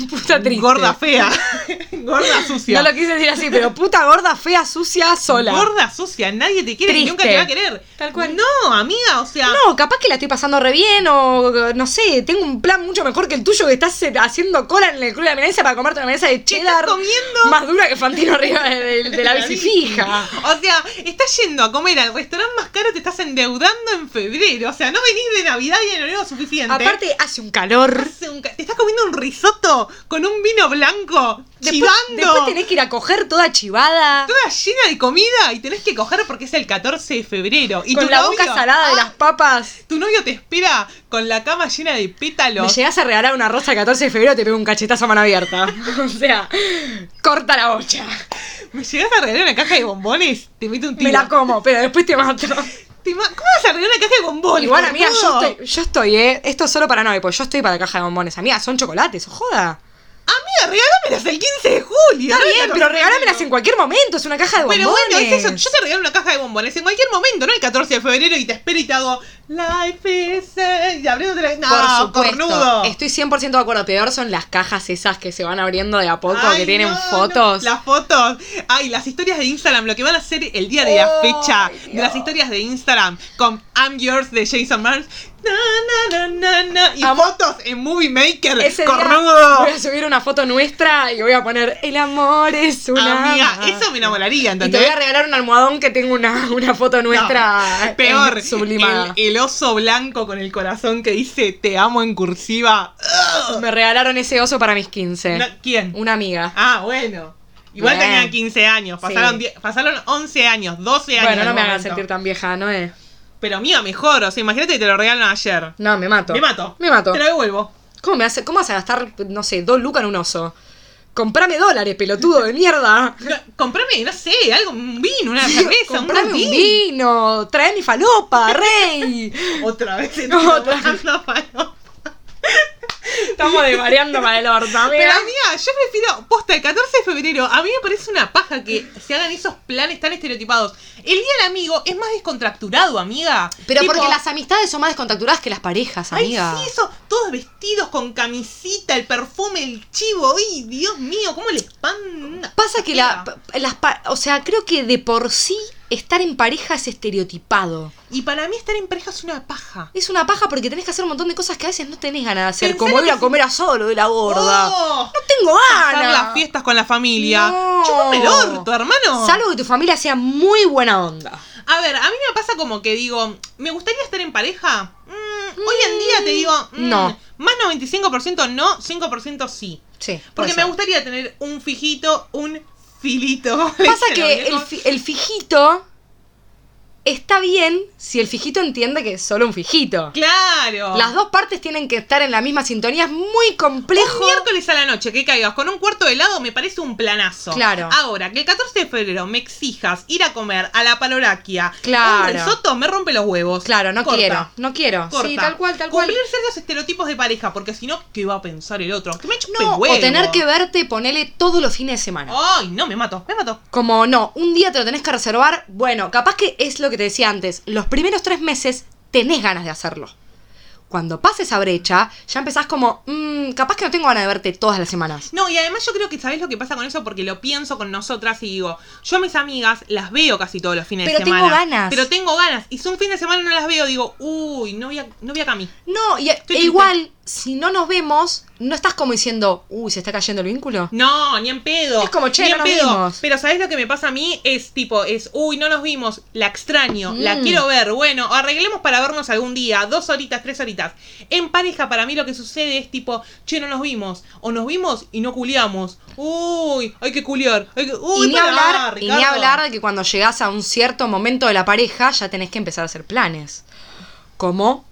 Speaker 1: puta triste.
Speaker 2: Gorda fea. gorda sucia.
Speaker 1: No lo quise decir así, pero puta gorda, fea, sucia, sola.
Speaker 2: Gorda sucia. Nadie te quiere y
Speaker 1: Triste.
Speaker 2: nunca te va a querer.
Speaker 1: Tal cual.
Speaker 2: No, amiga, o sea...
Speaker 1: No, capaz que la estoy pasando re bien o no sé, tengo un plan mucho mejor que el tuyo que estás eh, haciendo cola en el club de la milanesa para comerte una milanesa de
Speaker 2: ¿Qué
Speaker 1: cheddar
Speaker 2: estás comiendo?
Speaker 1: más dura que Fantino arriba de, de- de la bici fija.
Speaker 2: O sea, estás yendo a comer al restaurante más caro, te estás endeudando en febrero. O sea, no venís de Navidad y en enero suficiente.
Speaker 1: Aparte hace un calor.
Speaker 2: Hace un ca- te estás comiendo un risotto con un vino blanco,
Speaker 1: Después,
Speaker 2: chivando.
Speaker 1: después tenés que ir a coger toda chivada.
Speaker 2: Toda llena de comida y tenés que coger porque es el 14 de febrero. Y
Speaker 1: con
Speaker 2: tu
Speaker 1: la
Speaker 2: novio,
Speaker 1: boca salada de
Speaker 2: Ah,
Speaker 1: las papas.
Speaker 2: Tu novio te espera con la cama llena
Speaker 1: Me
Speaker 2: de pétalos.
Speaker 1: llegas a regalar una rosa el 14 de febrero, te pego un cachetazo a mano abierta. o sea, corta la bocha.
Speaker 2: Me llegas a regalar una caja de bombones, te mete un tiro.
Speaker 1: Me la como, pero después te mato.
Speaker 2: Te ma- ¿Cómo vas a regalar una caja de bombones?
Speaker 1: Igual, amiga, yo
Speaker 2: boludo?
Speaker 1: estoy, yo estoy, ¿eh? Esto es solo para no, pues yo estoy para la caja de bombones. Amiga, son chocolates, o joda.
Speaker 2: Amiga, regálamelas el 15 de julio.
Speaker 1: Está
Speaker 2: no el
Speaker 1: bien,
Speaker 2: 14
Speaker 1: pero
Speaker 2: de
Speaker 1: regálamelas
Speaker 2: febrero.
Speaker 1: en cualquier momento, es una caja de bombones.
Speaker 2: Pero bueno, es eso. Yo te regalo una caja de bombones en cualquier momento, no el 14 de febrero, y te espero y te hago Life is. a-" Y abriéndote la. No,
Speaker 1: Por supuesto.
Speaker 2: cornudo.
Speaker 1: Estoy 100% de acuerdo. Peor son las cajas esas que se van abriendo de a poco,
Speaker 2: Ay,
Speaker 1: que tienen
Speaker 2: no,
Speaker 1: fotos.
Speaker 2: no, Las fotos. Ay, las historias de Instagram, lo que van a hacer el día de la
Speaker 1: Ay,
Speaker 2: fecha de
Speaker 1: Dios.
Speaker 2: las historias de Instagram con I'm Yours de Jason Mars. Na, na, na, na, na. Y
Speaker 1: Amo-
Speaker 2: fotos en Movie Maker.
Speaker 1: Ese día
Speaker 2: Cornudo.
Speaker 1: voy a subir una foto nuestra y voy a poner El amor es una.
Speaker 2: Amiga,
Speaker 1: magia".
Speaker 2: eso me enamoraría,
Speaker 1: Y te voy
Speaker 2: ¿entendés?
Speaker 1: a regalar un almohadón que tengo una, una foto nuestra
Speaker 2: No, peor,
Speaker 1: eh, sublimada.
Speaker 2: El, el oso blanco con el corazón que dice te amo en cursiva.
Speaker 1: Me regalaron ese oso para mis 15.
Speaker 2: No, ¿Quién?
Speaker 1: Una amiga.
Speaker 2: Ah, bueno. Igual
Speaker 1: Bien.
Speaker 2: tenían 15 años, pasaron,
Speaker 1: Sí.
Speaker 2: 10 pasaron 11 años, 12 años.
Speaker 1: bueno,
Speaker 2: en
Speaker 1: no
Speaker 2: un
Speaker 1: me hagan
Speaker 2: momento.
Speaker 1: sentir tan vieja, ¿no eh. es?
Speaker 2: Pero mía, mejor, o sea, imagínate que te lo regalan ayer.
Speaker 1: No, me mato.
Speaker 2: Me mato.
Speaker 1: Me mato.
Speaker 2: Te lo devuelvo.
Speaker 1: ¿Cómo, me hace, ¿Cómo vas a gastar, no sé, dos lucas en un oso? Comprame dólares, pelotudo de mierda.
Speaker 2: No, comprame, no sé, algo, un vino, una cerveza, un
Speaker 1: Comprame un
Speaker 2: martini.
Speaker 1: vino. Trae mi falopa, rey.
Speaker 2: Otra vez se
Speaker 1: Otra.
Speaker 2: tomando falopa.
Speaker 1: Estamos desvariando para el orto, amiga.
Speaker 2: Pero amiga, yo prefiero, posta, el 14 de febrero, a mí me parece una paja que se hagan esos planes tan estereotipados. El día del amigo es más descontracturado, amiga.
Speaker 1: Pero
Speaker 2: Tipo,
Speaker 1: porque las amistades son más descontracturadas que las parejas,
Speaker 2: Ay,
Speaker 1: amiga.
Speaker 2: sí, eso, todos vestidos con camisita, el perfume, el chivo. Ay, Dios mío, cómo les pan.
Speaker 1: Pasa que la, pa- las pa- o sea, creo que de por sí estar en pareja es estereotipado.
Speaker 2: Y para mí estar en pareja es una paja.
Speaker 1: Es una paja porque tenés que hacer un montón de cosas que a veces no tenés ganas de hacer,
Speaker 2: Pensá
Speaker 1: como
Speaker 2: lo
Speaker 1: ir
Speaker 2: que
Speaker 1: a
Speaker 2: si-
Speaker 1: comer asado lo de la gorda.
Speaker 2: Oh,
Speaker 1: No tengo
Speaker 2: pasar
Speaker 1: ganas.
Speaker 2: las fiestas con la familia.
Speaker 1: No.
Speaker 2: Chupame el orto, hermano.
Speaker 1: Salvo que tu familia sea muy buena onda.
Speaker 2: A ver, a mí me pasa como que digo, me gustaría estar en pareja. Mm, Hoy en día te digo, mm,
Speaker 1: No.
Speaker 2: Más 95% no, 5% sí.
Speaker 1: Sí. puede
Speaker 2: Porque me
Speaker 1: ser.
Speaker 2: gustaría tener un fijito, un filito.
Speaker 1: Pasa
Speaker 2: ¿Viste,
Speaker 1: que
Speaker 2: no,
Speaker 1: el,
Speaker 2: viejo?
Speaker 1: fi- el fijito está bien si el fijito entiende que es solo un fijito.
Speaker 2: Claro.
Speaker 1: Las dos partes tienen que estar en la misma sintonía. Es muy complejo.
Speaker 2: Un miércoles a la noche que caigas con un cuarto de helado me parece un planazo.
Speaker 1: Claro.
Speaker 2: Ahora, que el 14 de febrero me exijas ir a comer a la paloraquia
Speaker 1: Claro.
Speaker 2: un risotto, me rompe los huevos.
Speaker 1: Claro, no
Speaker 2: Corta,
Speaker 1: quiero. No quiero.
Speaker 2: corta.
Speaker 1: Sí, tal cual, tal cual.
Speaker 2: Cumplir ciertos estereotipos de pareja, porque si no, ¿qué va a pensar el otro? Que me chupe
Speaker 1: No,
Speaker 2: huevo.
Speaker 1: o tener que verte, ponele todos los fines de semana.
Speaker 2: Ay, no, me mato, me mato.
Speaker 1: Como no, un día te lo tenés que reservar. Bueno, capaz que es lo que te decía antes. Los primeros tres meses tenés ganas de hacerlo. Cuando pases esa brecha, ya empezás como, "Mm, capaz que no tengo ganas de verte todas las semanas.
Speaker 2: No, y además yo creo que sabés lo que pasa con eso porque lo pienso con nosotras y digo, yo a mis amigas las veo casi todos los fines de
Speaker 1: Pero tengo
Speaker 2: semana.
Speaker 1: ganas.
Speaker 2: Pero tengo ganas. Y si un fin de semana no las veo, digo, uy, no voy a, no voy a Cami.
Speaker 1: No, y, e
Speaker 2: triste.
Speaker 1: igual, si no nos vemos, no estás como diciendo, uy, se está cayendo el vínculo.
Speaker 2: No, ni en pedo.
Speaker 1: Es como, che,
Speaker 2: ni
Speaker 1: no
Speaker 2: en
Speaker 1: nos vimos.
Speaker 2: Pero ¿sabés lo que me pasa a mí? Es tipo, es, uy, no nos vimos, la extraño, la
Speaker 1: Mm.
Speaker 2: quiero ver. Bueno, arreglemos para vernos algún día, dos horitas, tres horitas. En pareja, para mí lo que sucede es tipo, che, no nos vimos. O nos vimos y no culiamos. Uy, hay que culiar. hay que- uy,
Speaker 1: y, ni
Speaker 2: pará,
Speaker 1: hablar, y ni
Speaker 2: Ricardo.
Speaker 1: hablar de que cuando llegás a un cierto momento de la pareja, ya tenés que empezar a hacer planes. Como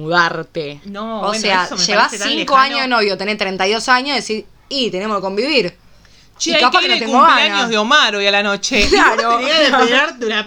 Speaker 1: mudarte.
Speaker 2: No,
Speaker 1: o
Speaker 2: bueno,
Speaker 1: sea,
Speaker 2: eso me
Speaker 1: llevas
Speaker 2: parece tan
Speaker 1: 5
Speaker 2: lejano.
Speaker 1: años de novio, tenés 32 años, decís, y tenemos que convivir.
Speaker 2: Che,
Speaker 1: y
Speaker 2: hay
Speaker 1: capaz
Speaker 2: que
Speaker 1: que
Speaker 2: ir
Speaker 1: no
Speaker 2: al
Speaker 1: tengo
Speaker 2: cumpleaños
Speaker 1: ganas.
Speaker 2: de Omar hoy a la noche.
Speaker 1: Claro.
Speaker 2: Tenía que pegarte una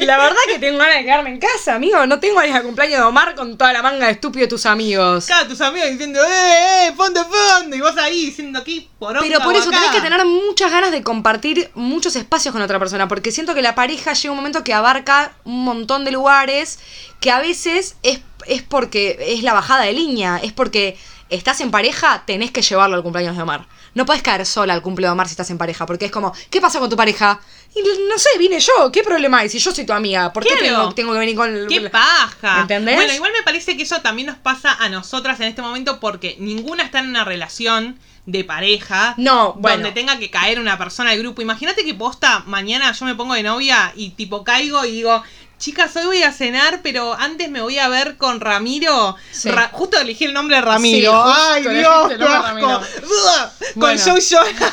Speaker 1: La verdad que tengo ganas de quedarme en casa, amigo. No tengo ganas de cumpleaños de Omar con toda la manga de estúpido de tus amigos.
Speaker 2: Acá tus amigos diciendo, eh, eh, fondo, fondo. Y vos ahí diciendo aquí, por
Speaker 1: Pero por eso tenés que tener muchas ganas de compartir muchos espacios con otra persona, porque siento que la pareja llega un momento que abarca un montón de lugares que a veces es, es porque es la bajada de línea, es porque estás en pareja, tenés que llevarlo al cumpleaños de Omar. No podés caer sola al cumpleaños de Omar si estás en pareja, porque es como, ¿qué pasa con tu pareja? Y no sé, vine yo, ¿qué problema hay si yo soy tu amiga? ¿Por qué
Speaker 2: Claro.
Speaker 1: tengo, tengo que venir con el...
Speaker 2: ¡Qué paja!
Speaker 1: ¿Entendés?
Speaker 2: Bueno, igual me parece que eso también nos pasa a nosotras en este momento porque ninguna está en una relación de pareja
Speaker 1: No, bueno.
Speaker 2: donde tenga que caer una persona del grupo. Imagínate que posta, mañana yo me pongo de novia y tipo caigo y digo, chicas, hoy voy a cenar, pero antes me voy a ver con Ramiro.
Speaker 1: Sí.
Speaker 2: Ra- justo elegí el nombre de Ramiro.
Speaker 1: Sí, justo
Speaker 2: ¡Ay,
Speaker 1: elegiste
Speaker 2: Dios!
Speaker 1: el
Speaker 2: qué
Speaker 1: nombre de
Speaker 2: asco!
Speaker 1: Ramiro.
Speaker 2: Buah, Con
Speaker 1: Bueno.
Speaker 2: Joe Jonas.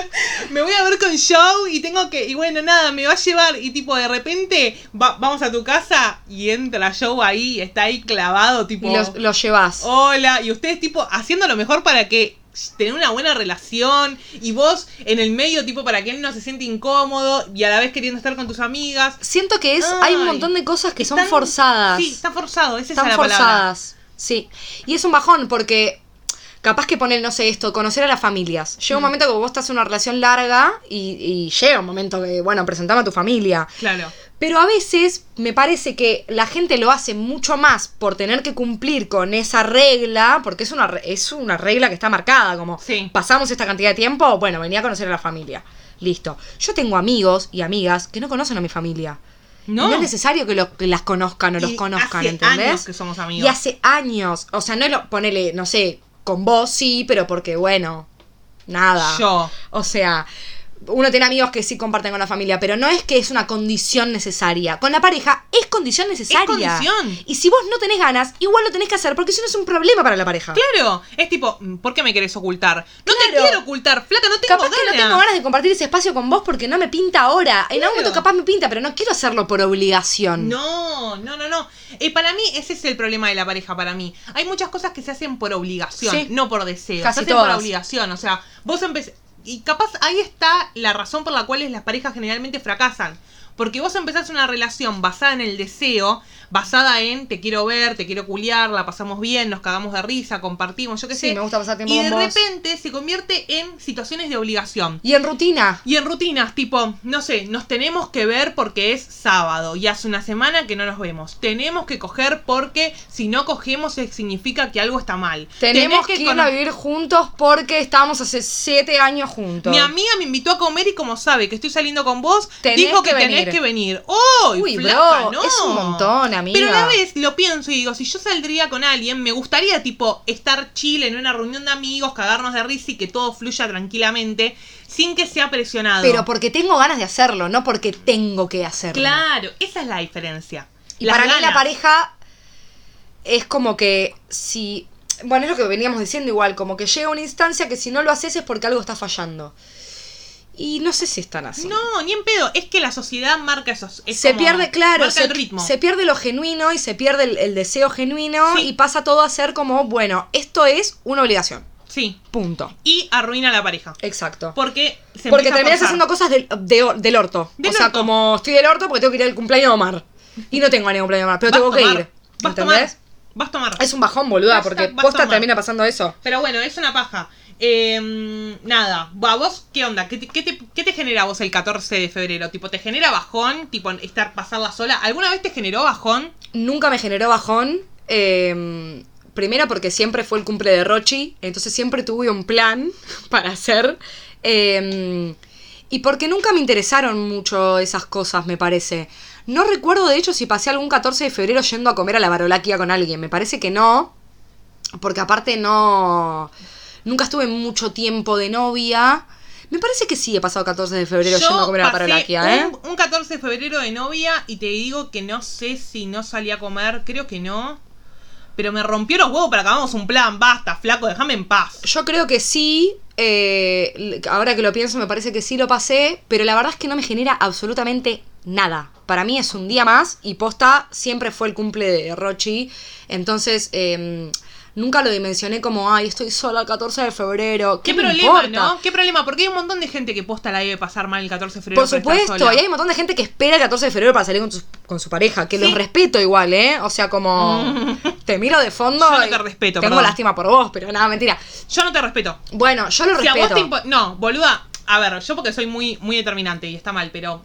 Speaker 2: me voy a ver con Joe y tengo que. Y bueno, nada, me va a llevar. Y tipo, de repente va- vamos a tu casa y entra Joe ahí, está ahí clavado, tipo. Oh.
Speaker 1: Y los, los llevás.
Speaker 2: Hola, y ustedes tipo haciendo lo mejor para que tener una buena relación y vos en el medio tipo para que él no se siente incómodo y a la vez queriendo estar con tus amigas.
Speaker 1: Siento que es, hay un
Speaker 2: Ay.
Speaker 1: montón de cosas que son
Speaker 2: Están-
Speaker 1: forzadas.
Speaker 2: Sí, están forzado, esa
Speaker 1: están
Speaker 2: es la palabra.
Speaker 1: forzadas. Sí. Y es un bajón porque capaz que poner, no sé, esto, conocer a las familias. Llega
Speaker 2: Mm.
Speaker 1: un momento que vos estás en una relación larga y, y llega un momento que, bueno, presentame a tu familia.
Speaker 2: Claro.
Speaker 1: Pero a veces me parece que la gente lo hace mucho más por tener que cumplir con esa regla, porque es una, re- es una regla que está marcada, como
Speaker 2: Sí.
Speaker 1: pasamos esta cantidad de tiempo, bueno, venía a conocer a la familia. Listo. Yo tengo amigos y amigas que no conocen a mi familia.
Speaker 2: No.
Speaker 1: Y es necesario que, lo- que las conozcan o los
Speaker 2: Y
Speaker 1: conozcan,
Speaker 2: hace
Speaker 1: ¿entendés?
Speaker 2: años que somos amigos.
Speaker 1: Y hace años. O sea, no lo. Ponele, no sé, con vos sí, pero porque, bueno, nada.
Speaker 2: Yo.
Speaker 1: O sea, uno tiene amigos que sí comparten con la familia, pero no es que es una condición necesaria. Con la pareja es condición necesaria.
Speaker 2: condición.
Speaker 1: Y si vos no tenés ganas, igual lo tenés que hacer, porque si no es un problema para la pareja.
Speaker 2: Claro, es tipo, mm, ¿por qué me querés ocultar? No te
Speaker 1: Claro.
Speaker 2: quiero ocultar, flaca, no tengo
Speaker 1: Capaz
Speaker 2: ganas.
Speaker 1: que no tengo ganas de compartir ese espacio con vos porque no me pinta ahora. En algún momento capaz me pinta, pero no quiero hacerlo por obligación.
Speaker 2: No, no, no, no. Eh, para mí ese es el problema de la pareja, para mí. Hay muchas cosas que se hacen por obligación,
Speaker 1: Sí.
Speaker 2: no por deseo.
Speaker 1: Casi
Speaker 2: se hacen por
Speaker 1: todas.
Speaker 2: obligación, o sea, vos empecé... Y capaz ahí está la razón por la cual las parejas generalmente fracasan. Porque vos empezás una relación basada en el deseo, basada en te quiero ver, te quiero culiar, la pasamos bien, nos cagamos de risa, compartimos, yo qué
Speaker 1: Sí,
Speaker 2: sé.
Speaker 1: me gusta pasar tiempo
Speaker 2: y
Speaker 1: con
Speaker 2: de
Speaker 1: vos.
Speaker 2: repente se convierte en situaciones de obligación.
Speaker 1: Y en rutina.
Speaker 2: Y en rutinas, tipo, no sé, nos tenemos que ver porque es sábado y hace una semana que no nos vemos. Tenemos que coger porque si no cogemos eh, significa que algo está mal.
Speaker 1: Tenemos
Speaker 2: Tenés
Speaker 1: que,
Speaker 2: con-
Speaker 1: irnos a vivir juntos porque estábamos hace siete años juntos.
Speaker 2: Mi amiga me invitó a comer y como sabe que estoy saliendo con vos,
Speaker 1: Tenés
Speaker 2: dijo que,
Speaker 1: que
Speaker 2: tenés
Speaker 1: venir.
Speaker 2: que venir. ¡Oh!
Speaker 1: Uy,
Speaker 2: flaca,
Speaker 1: bro,
Speaker 2: no!
Speaker 1: es un montón, amiga.
Speaker 2: Pero a la vez lo pienso y digo, si yo saldría con alguien, me gustaría tipo estar chile en una reunión de amigos, cagarnos de risa y que todo fluya tranquilamente sin que sea presionado.
Speaker 1: Pero porque tengo ganas de hacerlo, no porque tengo que hacerlo.
Speaker 2: Claro, esa es la diferencia.
Speaker 1: Y
Speaker 2: Las
Speaker 1: para mí la
Speaker 2: ganas.
Speaker 1: pareja es como que si. Bueno, es lo que veníamos diciendo igual, como que llega una instancia que si no lo haces es porque algo está fallando. Y no sé si están así.
Speaker 2: No, ni en pedo. Es que la sociedad marca esos. es
Speaker 1: se
Speaker 2: como-
Speaker 1: pierde, claro,
Speaker 2: Marca
Speaker 1: se,
Speaker 2: el ritmo.
Speaker 1: se pierde lo genuino y se pierde el, el deseo genuino
Speaker 2: Sí.
Speaker 1: y pasa todo a ser como, bueno, esto es una obligación.
Speaker 2: Sí.
Speaker 1: Punto.
Speaker 2: Y arruina la pareja.
Speaker 1: Exacto.
Speaker 2: Porque Pues, se
Speaker 1: porque
Speaker 2: empieza a
Speaker 1: terminas
Speaker 2: forzar.
Speaker 1: haciendo cosas del, de- del orto.
Speaker 2: Del
Speaker 1: o sea,
Speaker 2: orto.
Speaker 1: como estoy del orto porque tengo que ir al cumpleaños de Omar. Y no tengo ganas de cumpleaños de Omar, pero
Speaker 2: Vas
Speaker 1: tengo que
Speaker 2: tomar,
Speaker 1: ir.
Speaker 2: Vas a
Speaker 1: ¿Entendés?
Speaker 2: tomar. Vas a tomar.
Speaker 1: Es un bajón, boluda,
Speaker 2: Basta,
Speaker 1: porque
Speaker 2: basta
Speaker 1: posta
Speaker 2: más.
Speaker 1: termina pasando eso.
Speaker 2: Pero bueno, es una paja. Eh, nada, ¿a vos qué onda? ¿Qué te, qué te- qué te genera a vos el 14 de febrero? ¿Tipo, te genera bajón? ¿Tipo, estar pasarla sola? ¿Alguna vez te generó bajón?
Speaker 1: Nunca me generó bajón. eh, primero porque siempre fue el cumple de Rochi, entonces siempre tuve un plan para hacer. eh, y porque nunca me interesaron mucho esas cosas, me parece. No recuerdo, de hecho, si pasé algún 14 de febrero yendo a comer a la Barolaquia con alguien. Me parece que no. Porque aparte no. Nunca estuve mucho tiempo de novia. Me parece que sí he pasado 14 de febrero yendo a comer a la
Speaker 2: pasé
Speaker 1: Barolaquia, ¿eh?
Speaker 2: un, un 14 de febrero de novia y te digo que no sé si no salí a comer, creo que no. Pero me rompió los huevos para que hagamos un plan. Basta, flaco, déjame en paz.
Speaker 1: Yo creo que sí. eh, l- ahora que lo pienso, me parece que sí lo pasé. Pero la verdad es que no me genera absolutamente nada. Para mí es un día más. Y posta siempre fue el cumple de Rochi. Entonces. eh, Nunca lo dimensioné como, ay, estoy sola el 14 de febrero. ¿Qué,
Speaker 2: ¿Qué,
Speaker 1: me
Speaker 2: problema,
Speaker 1: importa?
Speaker 2: no? ¿Qué problema? Porque hay un montón de gente que posta la debe pasar mal el 14 de febrero.
Speaker 1: Por
Speaker 2: estar
Speaker 1: supuesto,
Speaker 2: sola.
Speaker 1: y hay un montón de gente que espera el 14 de febrero para salir con su, con su pareja, que los
Speaker 2: Sí. Mm.
Speaker 1: respeto igual, ¿eh? O sea, como te miro de fondo.
Speaker 2: Yo no
Speaker 1: y
Speaker 2: te respeto,
Speaker 1: Tengo
Speaker 2: perdón.
Speaker 1: lástima por vos, pero nada, mentira.
Speaker 2: Yo no te respeto.
Speaker 1: Bueno, yo lo
Speaker 2: Si a
Speaker 1: respeto.
Speaker 2: vos te impo- No, boluda. A ver, yo porque soy muy, muy determinante y está mal, pero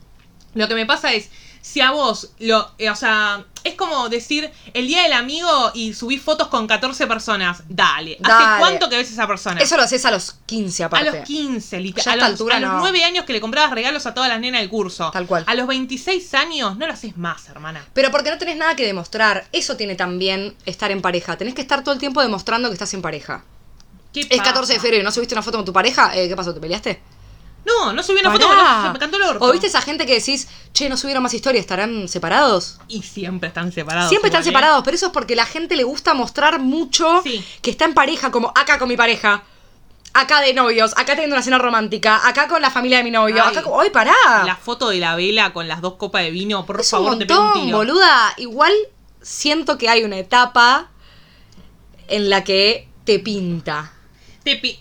Speaker 2: lo que me pasa es, si a vos, lo, eh, o sea, es como decir el día del amigo y subís fotos con 14 personas. Dale.
Speaker 1: Dale.
Speaker 2: ¿Hace cuánto que ves a esa persona?
Speaker 1: Eso lo haces a los 15
Speaker 2: a
Speaker 1: aparte.
Speaker 2: los 15,
Speaker 1: Ya a
Speaker 2: literal.
Speaker 1: esta
Speaker 2: A, los,
Speaker 1: altura
Speaker 2: a los
Speaker 1: no.
Speaker 2: 9 años que le comprabas regalos a todas las nenas del curso.
Speaker 1: Tal cual.
Speaker 2: A los 26 años no lo haces más, hermana.
Speaker 1: Pero porque no tenés nada que demostrar. Eso tiene también estar en pareja. Tenés que estar todo el tiempo demostrando que estás en pareja.
Speaker 2: ¿Qué
Speaker 1: Es
Speaker 2: pasa?
Speaker 1: 14 de febrero y no subiste una foto con tu pareja. eh, ¿Qué pasó? ¿Te peleaste?
Speaker 2: No, no subí una foto
Speaker 1: Pará.
Speaker 2: porque se me cantó el orto.
Speaker 1: ¿O viste esa gente que decís, che, no subieron más historias, estarán separados?
Speaker 2: Y siempre están separados.
Speaker 1: Siempre están
Speaker 2: igual, ¿eh?
Speaker 1: separados, pero eso es porque la gente le gusta mostrar mucho
Speaker 2: Sí.
Speaker 1: que está en pareja, como acá con mi pareja, acá de novios, acá teniendo una cena romántica, acá con la familia de mi novio,
Speaker 2: Ay.
Speaker 1: acá con... ¡Ay, pará!
Speaker 2: La foto de la vela con las dos copas de vino, por
Speaker 1: Ah. es
Speaker 2: favor,
Speaker 1: un
Speaker 2: te pego un
Speaker 1: montón,
Speaker 2: tiro.
Speaker 1: boluda. Igual siento que hay una etapa en la que te pinta.
Speaker 2: Te pi-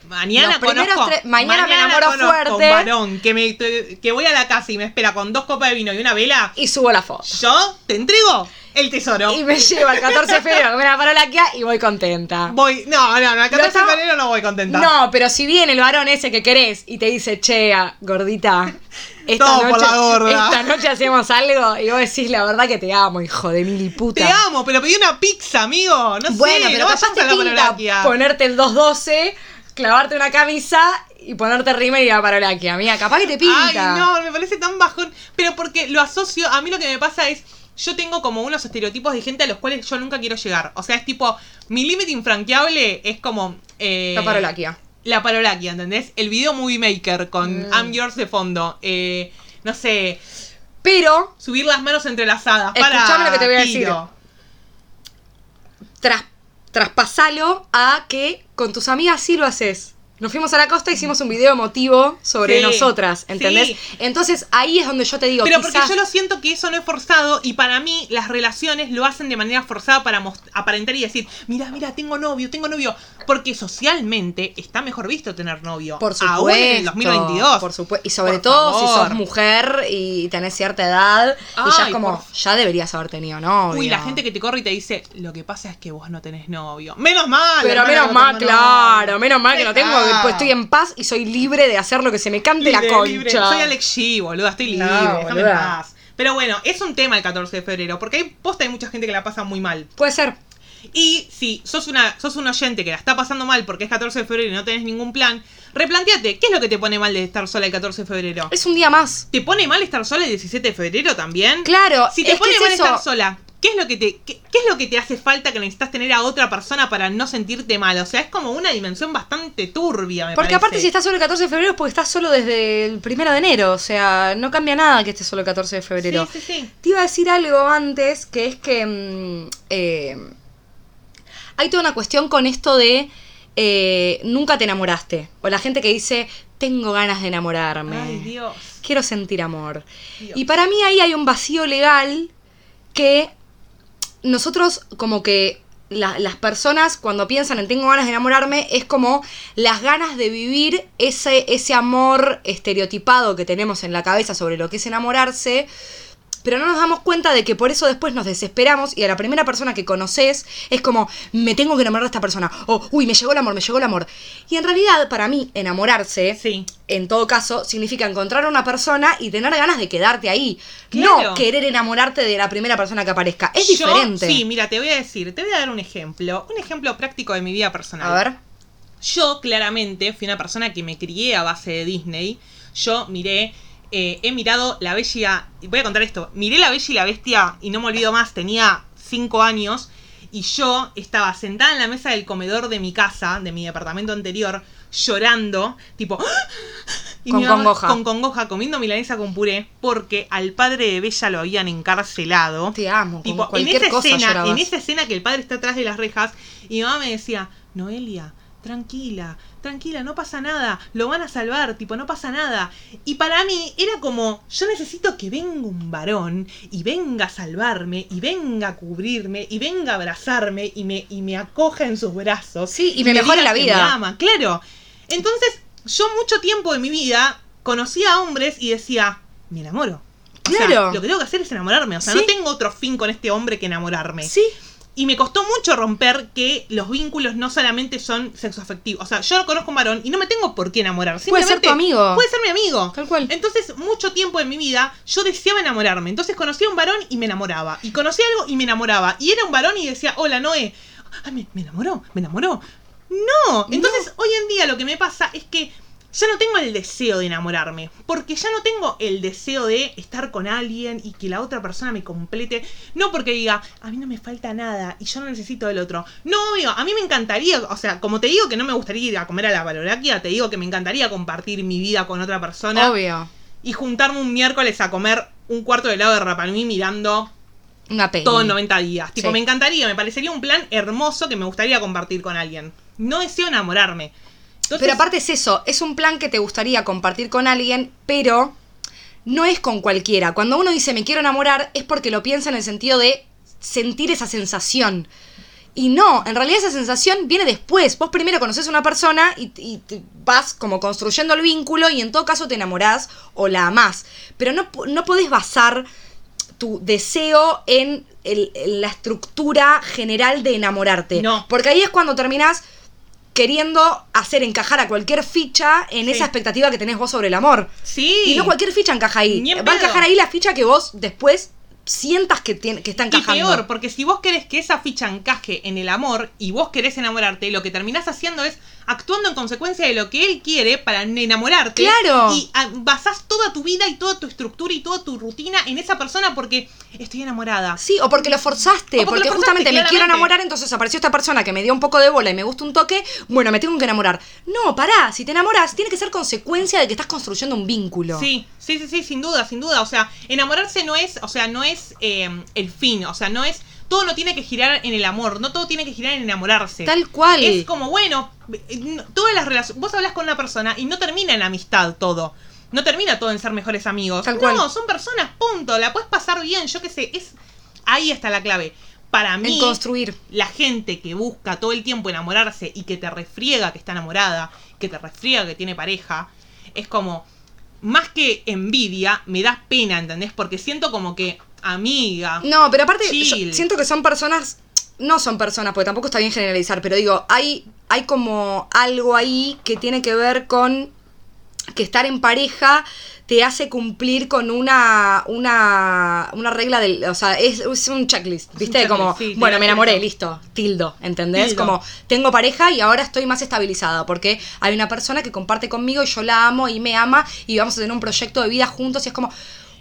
Speaker 1: Los
Speaker 2: mañana
Speaker 1: primeros
Speaker 2: conozco.
Speaker 1: tres- mañana me enamoro
Speaker 2: conozco
Speaker 1: fuerte.
Speaker 2: un varón que, me, que voy a la casa y me espera con dos copas de vino y una vela.
Speaker 1: Y subo la foto.
Speaker 2: Yo te entrego el tesoro.
Speaker 1: Y me llevo al 14 de febrero a comer a Parolaquia y voy contenta.
Speaker 2: Voy, no, no, no, el 14 de
Speaker 1: estamos-
Speaker 2: febrero no voy contenta.
Speaker 1: No, pero si viene el varón ese que querés y te dice, chea, gordita, esta,
Speaker 2: Todo por
Speaker 1: noche,
Speaker 2: la gorda".
Speaker 1: esta noche hacemos algo y vos decís la verdad que te amo, hijo de mil puta.
Speaker 2: Te amo, pero pedí una pizza, amigo. No
Speaker 1: Bueno,
Speaker 2: sé,
Speaker 1: pero
Speaker 2: Ah, no
Speaker 1: capaz
Speaker 2: vayas
Speaker 1: te
Speaker 2: a la
Speaker 1: pinta
Speaker 2: parolaquia.
Speaker 1: ponerte el 212, clavarte una camisa y ponerte rímel y la parolaquia. Mira, capaz que te pinta.
Speaker 2: Ay, no, me parece tan bajón. Pero porque lo asocio, a mí lo que me pasa es, yo tengo como unos estereotipos de gente a los cuales yo nunca quiero llegar. O sea, es tipo, mi límite infranqueable es como... eh,
Speaker 1: La parolaquia. Mm.
Speaker 2: La parolaquia, ¿entendés? El video Movie Maker con I'm Yours de fondo. Eh, no sé,
Speaker 1: Pero
Speaker 2: subir las manos entrelazadas.
Speaker 1: Escuchame
Speaker 2: para
Speaker 1: lo que te voy a
Speaker 2: tiro.
Speaker 1: tras, traspasalo a que con tus amigas sí lo haces. Nos fuimos a la costa, hicimos un video emotivo sobre
Speaker 2: Sí,
Speaker 1: nosotras, ¿entendés?
Speaker 2: sí.
Speaker 1: Entonces ahí es donde yo te digo,
Speaker 2: Pero porque
Speaker 1: quizás,
Speaker 2: yo lo siento que eso no es forzado y para mí las relaciones lo hacen de manera forzada para mos- aparentar y decir, mira, mira, tengo novio, tengo novio. Porque socialmente está mejor visto tener novio.
Speaker 1: por supuesto,
Speaker 2: Aún en el 2022.
Speaker 1: por supuesto, y sobre
Speaker 2: Por
Speaker 1: todo si
Speaker 2: favor.
Speaker 1: sos mujer y tenés cierta edad y ya es
Speaker 2: Ay,
Speaker 1: como,
Speaker 2: por-
Speaker 1: ya deberías haber tenido novio.
Speaker 2: Uy, la gente que te corre y te dice, lo que pasa es que vos no tenés novio. Menos mal.
Speaker 1: Pero
Speaker 2: Ah, hermana,
Speaker 1: menos
Speaker 2: no
Speaker 1: mal,
Speaker 2: tengo
Speaker 1: claro,
Speaker 2: novio.
Speaker 1: menos mal que
Speaker 2: Ya
Speaker 1: lo tengo,
Speaker 2: está.
Speaker 1: pues estoy en paz y soy libre de hacer lo que se me cante la
Speaker 2: Libre,
Speaker 1: concha.
Speaker 2: libre. Soy Alex G, boluda, estoy libre,
Speaker 1: No,
Speaker 2: déjame en
Speaker 1: boluda.
Speaker 2: paz. Pero bueno, es un tema el 14 de febrero, porque hay posta hay mucha gente que la pasa muy mal.
Speaker 1: Puede ser.
Speaker 2: Y si sos, una, sos un oyente que la está pasando mal porque es 14 de febrero y no tenés ningún plan, replanteate, ¿qué es lo que te pone mal de estar sola el 14 de febrero?
Speaker 1: Es un día más.
Speaker 2: ¿Te pone mal estar sola el 17 de febrero también?
Speaker 1: Claro,
Speaker 2: Si te
Speaker 1: es que
Speaker 2: pone
Speaker 1: es
Speaker 2: mal
Speaker 1: eso.
Speaker 2: estar sola, ¿qué es lo que te qué, qué es lo que te hace falta que necesitas tener a otra persona para no sentirte mal? O sea, es como una dimensión bastante turbia, me
Speaker 1: Porque aparte
Speaker 2: parece.
Speaker 1: si estás solo el 14 de febrero es porque estás solo desde el primero de enero, o sea, no cambia nada que estés solo el 14 de febrero.
Speaker 2: Sí, sí, sí.
Speaker 1: Te iba a decir algo antes, que es que mm, eh, hay toda una cuestión con esto de eh, nunca te enamoraste, o la gente que dice, tengo ganas de enamorarme.
Speaker 2: Ay, Dios.
Speaker 1: quiero sentir amor.
Speaker 2: Dios.
Speaker 1: Y para mí ahí hay un vacío legal que nosotros como que la- las personas cuando piensan en tengo ganas de enamorarme es como las ganas de vivir ese, ese amor estereotipado que tenemos en la cabeza sobre lo que es enamorarse. Pero no nos damos cuenta de que por eso después nos desesperamos y a la primera persona que conoces es como, me tengo que enamorar de esta persona. O, uy, me llegó el amor, me llegó el amor. Y en realidad, para mí, enamorarse
Speaker 2: Sí.
Speaker 1: en todo caso, significa encontrar a una persona y tener ganas de quedarte ahí.
Speaker 2: Claro.
Speaker 1: No querer enamorarte de la primera persona que aparezca. Es
Speaker 2: Yo-
Speaker 1: diferente.
Speaker 2: sí, mira, te voy a decir, te voy a dar un ejemplo, un ejemplo práctico de mi vida personal.
Speaker 1: a ver.
Speaker 2: Yo claramente fui una persona que me crié a base de Disney. Yo miré, eh, he mirado La Bella, y- voy a contar esto, miré La Bella y la Bestia y no me olvido más, tenía 5 años y yo estaba sentada en la mesa del comedor de mi casa, de mi departamento anterior, llorando, tipo... ¡Ah!
Speaker 1: Con
Speaker 2: mi mamá-
Speaker 1: congoja.
Speaker 2: Con congoja, comiendo milanesa con puré, porque al padre de Bella lo habían encarcelado.
Speaker 1: Te amo.
Speaker 2: Tipo,
Speaker 1: como
Speaker 2: en
Speaker 1: cualquier
Speaker 2: esa
Speaker 1: cosa
Speaker 2: escena,
Speaker 1: llorabas.
Speaker 2: en esa escena que el padre está atrás de las rejas, y mi mamá me decía, Noelia, tranquila, tranquila, no pasa nada, lo van a salvar, tipo, no pasa nada. Y para mí era como, yo necesito que venga un varón y venga a salvarme, y venga a cubrirme, y venga a abrazarme, y me, y me acoja en sus brazos.
Speaker 1: Sí, y me mejore
Speaker 2: diga
Speaker 1: la
Speaker 2: que
Speaker 1: vida.
Speaker 2: me ama, claro. Entonces, yo mucho tiempo de mi vida conocía a hombres y decía, me enamoro. O sea,
Speaker 1: Claro.
Speaker 2: lo que tengo que hacer es enamorarme. O sea,
Speaker 1: Sí.
Speaker 2: no tengo otro fin con este hombre que enamorarme.
Speaker 1: Sí.
Speaker 2: Y me costó mucho romper que los vínculos no solamente son sexoafectivos. O sea, yo conozco a un varón y no me tengo por qué enamorar.
Speaker 1: Puede ser tu
Speaker 2: Simplemente
Speaker 1: amigo.
Speaker 2: Puede ser mi amigo.
Speaker 1: Tal cual.
Speaker 2: Entonces, mucho tiempo en mi vida yo deseaba enamorarme. Entonces conocí a un varón y me enamoraba. Y conocí algo y me enamoraba. Y era un varón y decía, hola Noé. Ay, me, me enamoró, me enamoró. No. Entonces, hoy en día lo que me pasa es que ya no tengo el deseo de enamorarme. Porque ya no tengo el deseo de estar con alguien y que la otra persona me complete. No porque diga, a mí no me falta nada y yo no necesito del otro. No, amigo, a mí me encantaría, o sea, como te digo que no me gustaría ir a comer a la valoraquia, te digo que me encantaría compartir mi vida con otra persona
Speaker 1: Obvio.
Speaker 2: y juntarme un miércoles a comer un cuarto de helado de Rapa Nui mirando
Speaker 1: Una pena.
Speaker 2: todo en 90 días. Tipo,
Speaker 1: Sí.
Speaker 2: me encantaría, me parecería un plan hermoso que me gustaría compartir con alguien. No deseo enamorarme. Entonces,
Speaker 1: Pero aparte es eso, es un plan que te gustaría compartir con alguien, pero no es con cualquiera. Cuando uno dice me quiero enamorar es porque lo piensa en el sentido de sentir esa sensación. Y no, en realidad esa sensación viene después. Vos primero conoces a una persona y, y te- vas como construyendo el vínculo y en todo caso te enamorás o la amás. Pero no, po- no podés basar tu deseo en, el- en la estructura general de enamorarte.
Speaker 2: No.
Speaker 1: Porque ahí es cuando terminás queriendo hacer encajar a cualquier ficha en
Speaker 2: Sí.
Speaker 1: esa expectativa que tenés vos sobre el amor.
Speaker 2: sí.
Speaker 1: Y no cualquier ficha encaja ahí.
Speaker 2: Ni en
Speaker 1: Va a
Speaker 2: pedo.
Speaker 1: encajar ahí la ficha que vos después sientas que, tiene- que está
Speaker 2: Y
Speaker 1: encajando.
Speaker 2: peor, porque si vos querés que esa ficha encaje en el amor y vos querés enamorarte, lo que terminás haciendo es actuando en consecuencia de lo que él quiere para enamorarte.
Speaker 1: Claro.
Speaker 2: Y ah, basás toda tu vida y toda tu estructura y toda tu rutina en esa persona porque estoy enamorada.
Speaker 1: Sí, o porque lo forzaste, porque,
Speaker 2: O porque lo forzaste,
Speaker 1: justamente me quiero
Speaker 2: claramente.
Speaker 1: enamorar, entonces apareció esta persona que me dio un poco de bola y me gusta un toque, bueno, me tengo que enamorar. No, pará, si te enamoras, tiene que ser consecuencia de que estás construyendo un vínculo.
Speaker 2: Sí, sí, sí, sí, sin duda, sin duda. O sea, enamorarse no es, o sea, no es eh, el fin, o sea, no es todo no tiene que girar en el amor, no todo tiene que girar en enamorarse.
Speaker 1: Tal cual.
Speaker 2: Es como, bueno, eh, todas las relaciones. Vos hablas con una persona y no termina en amistad todo. No termina todo en ser mejores amigos.
Speaker 1: Tal
Speaker 2: no,
Speaker 1: cual.
Speaker 2: son personas, punto. La puedes pasar bien, yo qué sé. Es, ahí está la clave. Para mí,
Speaker 1: en construir.
Speaker 2: la gente que busca todo el tiempo enamorarse y que te refriega que está enamorada, que te refriega que tiene pareja, es como, más que envidia, me da pena, ¿entendés? Porque siento como que, amiga.
Speaker 1: No, pero aparte, yo
Speaker 2: Chill.
Speaker 1: siento que son personas. No son personas, porque tampoco está bien generalizar, pero digo, hay, hay como algo ahí que tiene que ver con que estar en pareja te hace cumplir con una una, una regla del. O sea, es, es un checklist, ¿viste?
Speaker 2: checklist,
Speaker 1: como,
Speaker 2: sí, te
Speaker 1: bueno,
Speaker 2: da
Speaker 1: me enamoré,
Speaker 2: cierto.
Speaker 1: listo, tildo, ¿entendés?
Speaker 2: Tildo.
Speaker 1: Como, tengo pareja y ahora estoy más estabilizada porque hay una persona que comparte conmigo y yo la amo y me ama y vamos a tener un proyecto de vida juntos y es como.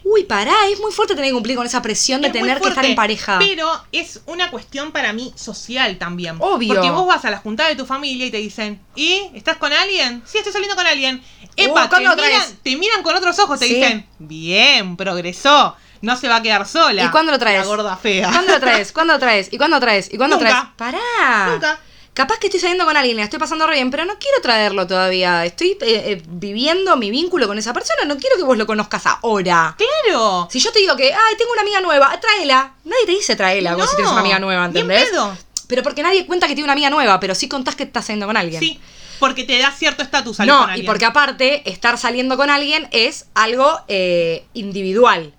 Speaker 1: Uy, pará, es muy fuerte tener que cumplir con esa presión de
Speaker 2: es muy
Speaker 1: tener que estar
Speaker 2: fuerte,
Speaker 1: en pareja.
Speaker 2: Pero es una cuestión para mí social también.
Speaker 1: Obvio.
Speaker 2: Porque vos vas a la juntada de tu familia y te dicen, ¿y? ¿Estás con alguien? Sí, estoy saliendo con alguien. Epa,
Speaker 1: Uh, ¿cuándo
Speaker 2: te,
Speaker 1: otra
Speaker 2: miran,
Speaker 1: vez?
Speaker 2: te miran con otros ojos, te
Speaker 1: Sí.
Speaker 2: dicen, bien, progresó, no se va a quedar sola.
Speaker 1: ¿Y cuándo lo traes?
Speaker 2: La gorda fea.
Speaker 1: ¿Cuándo lo traes? ¿Cuándo lo traes? ¿Y cuándo lo traes? ¿Y cuándo lo
Speaker 2: Nunca.
Speaker 1: traes? Pará.
Speaker 2: Nunca.
Speaker 1: Capaz que estoy saliendo con alguien, la estoy pasando re bien, pero no quiero traerlo todavía. Estoy eh, eh, viviendo mi vínculo con esa persona, no quiero que vos lo conozcas ahora.
Speaker 2: Claro.
Speaker 1: Si yo te digo que, ay, tengo una amiga nueva, ah, tráela. Nadie te dice tráela vos si
Speaker 2: No,
Speaker 1: tienes una amiga nueva,
Speaker 2: ni en
Speaker 1: ¿entendés?
Speaker 2: pedo.
Speaker 1: Pero porque nadie cuenta que tiene una amiga nueva, pero sí contás que estás saliendo con alguien.
Speaker 2: Sí, porque te da cierto estatus salir con
Speaker 1: No, y
Speaker 2: alguien.
Speaker 1: porque aparte, estar saliendo con alguien es algo eh, individual.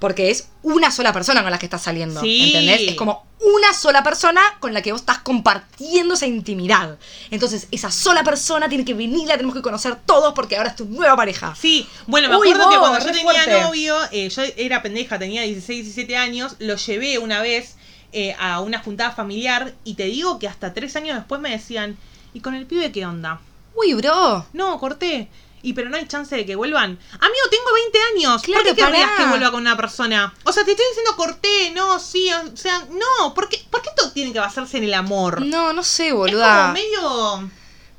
Speaker 1: Porque es una sola persona con la que estás saliendo.
Speaker 2: Sí.
Speaker 1: ¿Entendés? Es como una sola persona con la que vos estás compartiendo esa intimidad. Entonces, esa sola persona tiene que venir, la tenemos que conocer todos porque ahora es tu nueva pareja.
Speaker 2: Sí, bueno, me
Speaker 1: Uy,
Speaker 2: acuerdo que
Speaker 1: vos,
Speaker 2: cuando yo
Speaker 1: re
Speaker 2: tenía
Speaker 1: fuerte.
Speaker 2: novio, eh, yo era pendeja, tenía 16, 17 años, lo llevé una vez eh, a una juntada familiar y te digo que hasta tres años después me decían, ¿y con el pibe qué onda?
Speaker 1: Uy, bro.
Speaker 2: No, corté. Y pero no hay chance de que vuelvan. Amigo, tengo 20 años.
Speaker 1: Claro,
Speaker 2: ¿Por qué querrías
Speaker 1: pará.
Speaker 2: que vuelva con una persona? O sea, te estoy diciendo corté, no, sí, o sea, no. ¿Por qué, por qué todo tiene que basarse en el amor?
Speaker 1: No, no sé,
Speaker 2: es como
Speaker 1: boluda.
Speaker 2: medio...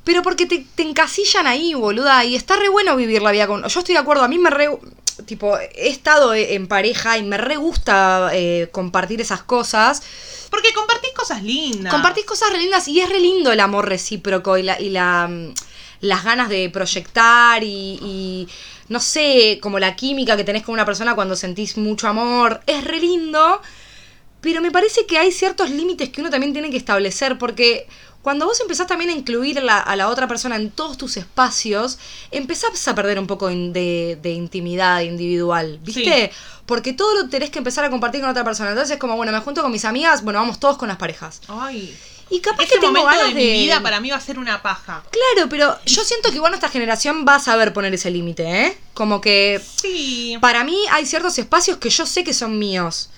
Speaker 1: Pero porque te, te encasillan ahí, boluda, y está re bueno vivir la vida con... Yo estoy de acuerdo, a mí me re... Tipo, he estado eh, en pareja y me re gusta eh, compartir esas cosas.
Speaker 2: Porque compartís cosas lindas.
Speaker 1: Compartís cosas re lindas y es re lindo el amor recíproco y, la, y la, mm, las ganas de proyectar y, y, no sé, como la química que tenés con una persona cuando sentís mucho amor. Es re lindo, pero me parece que hay ciertos límites que uno también tiene que establecer porque cuando vos empezás también a incluir a la, a la otra persona en todos tus espacios, empezás a perder un poco in- de, de intimidad individual, ¿viste? Porque todo lo tenés que empezar a compartir con otra persona. Entonces es como, bueno, me junto con mis amigas, bueno, vamos todos con las parejas.
Speaker 2: Ay.
Speaker 1: Y capaz
Speaker 2: Ese
Speaker 1: que tengo
Speaker 2: Este momento
Speaker 1: ganas
Speaker 2: de
Speaker 1: de,
Speaker 2: mi vida para mí va a ser una paja.
Speaker 1: Claro, pero yo siento que igual nuestra generación va a saber poner ese límite, ¿eh? Como que
Speaker 2: Sí.
Speaker 1: para mí hay ciertos espacios que yo sé que son míos.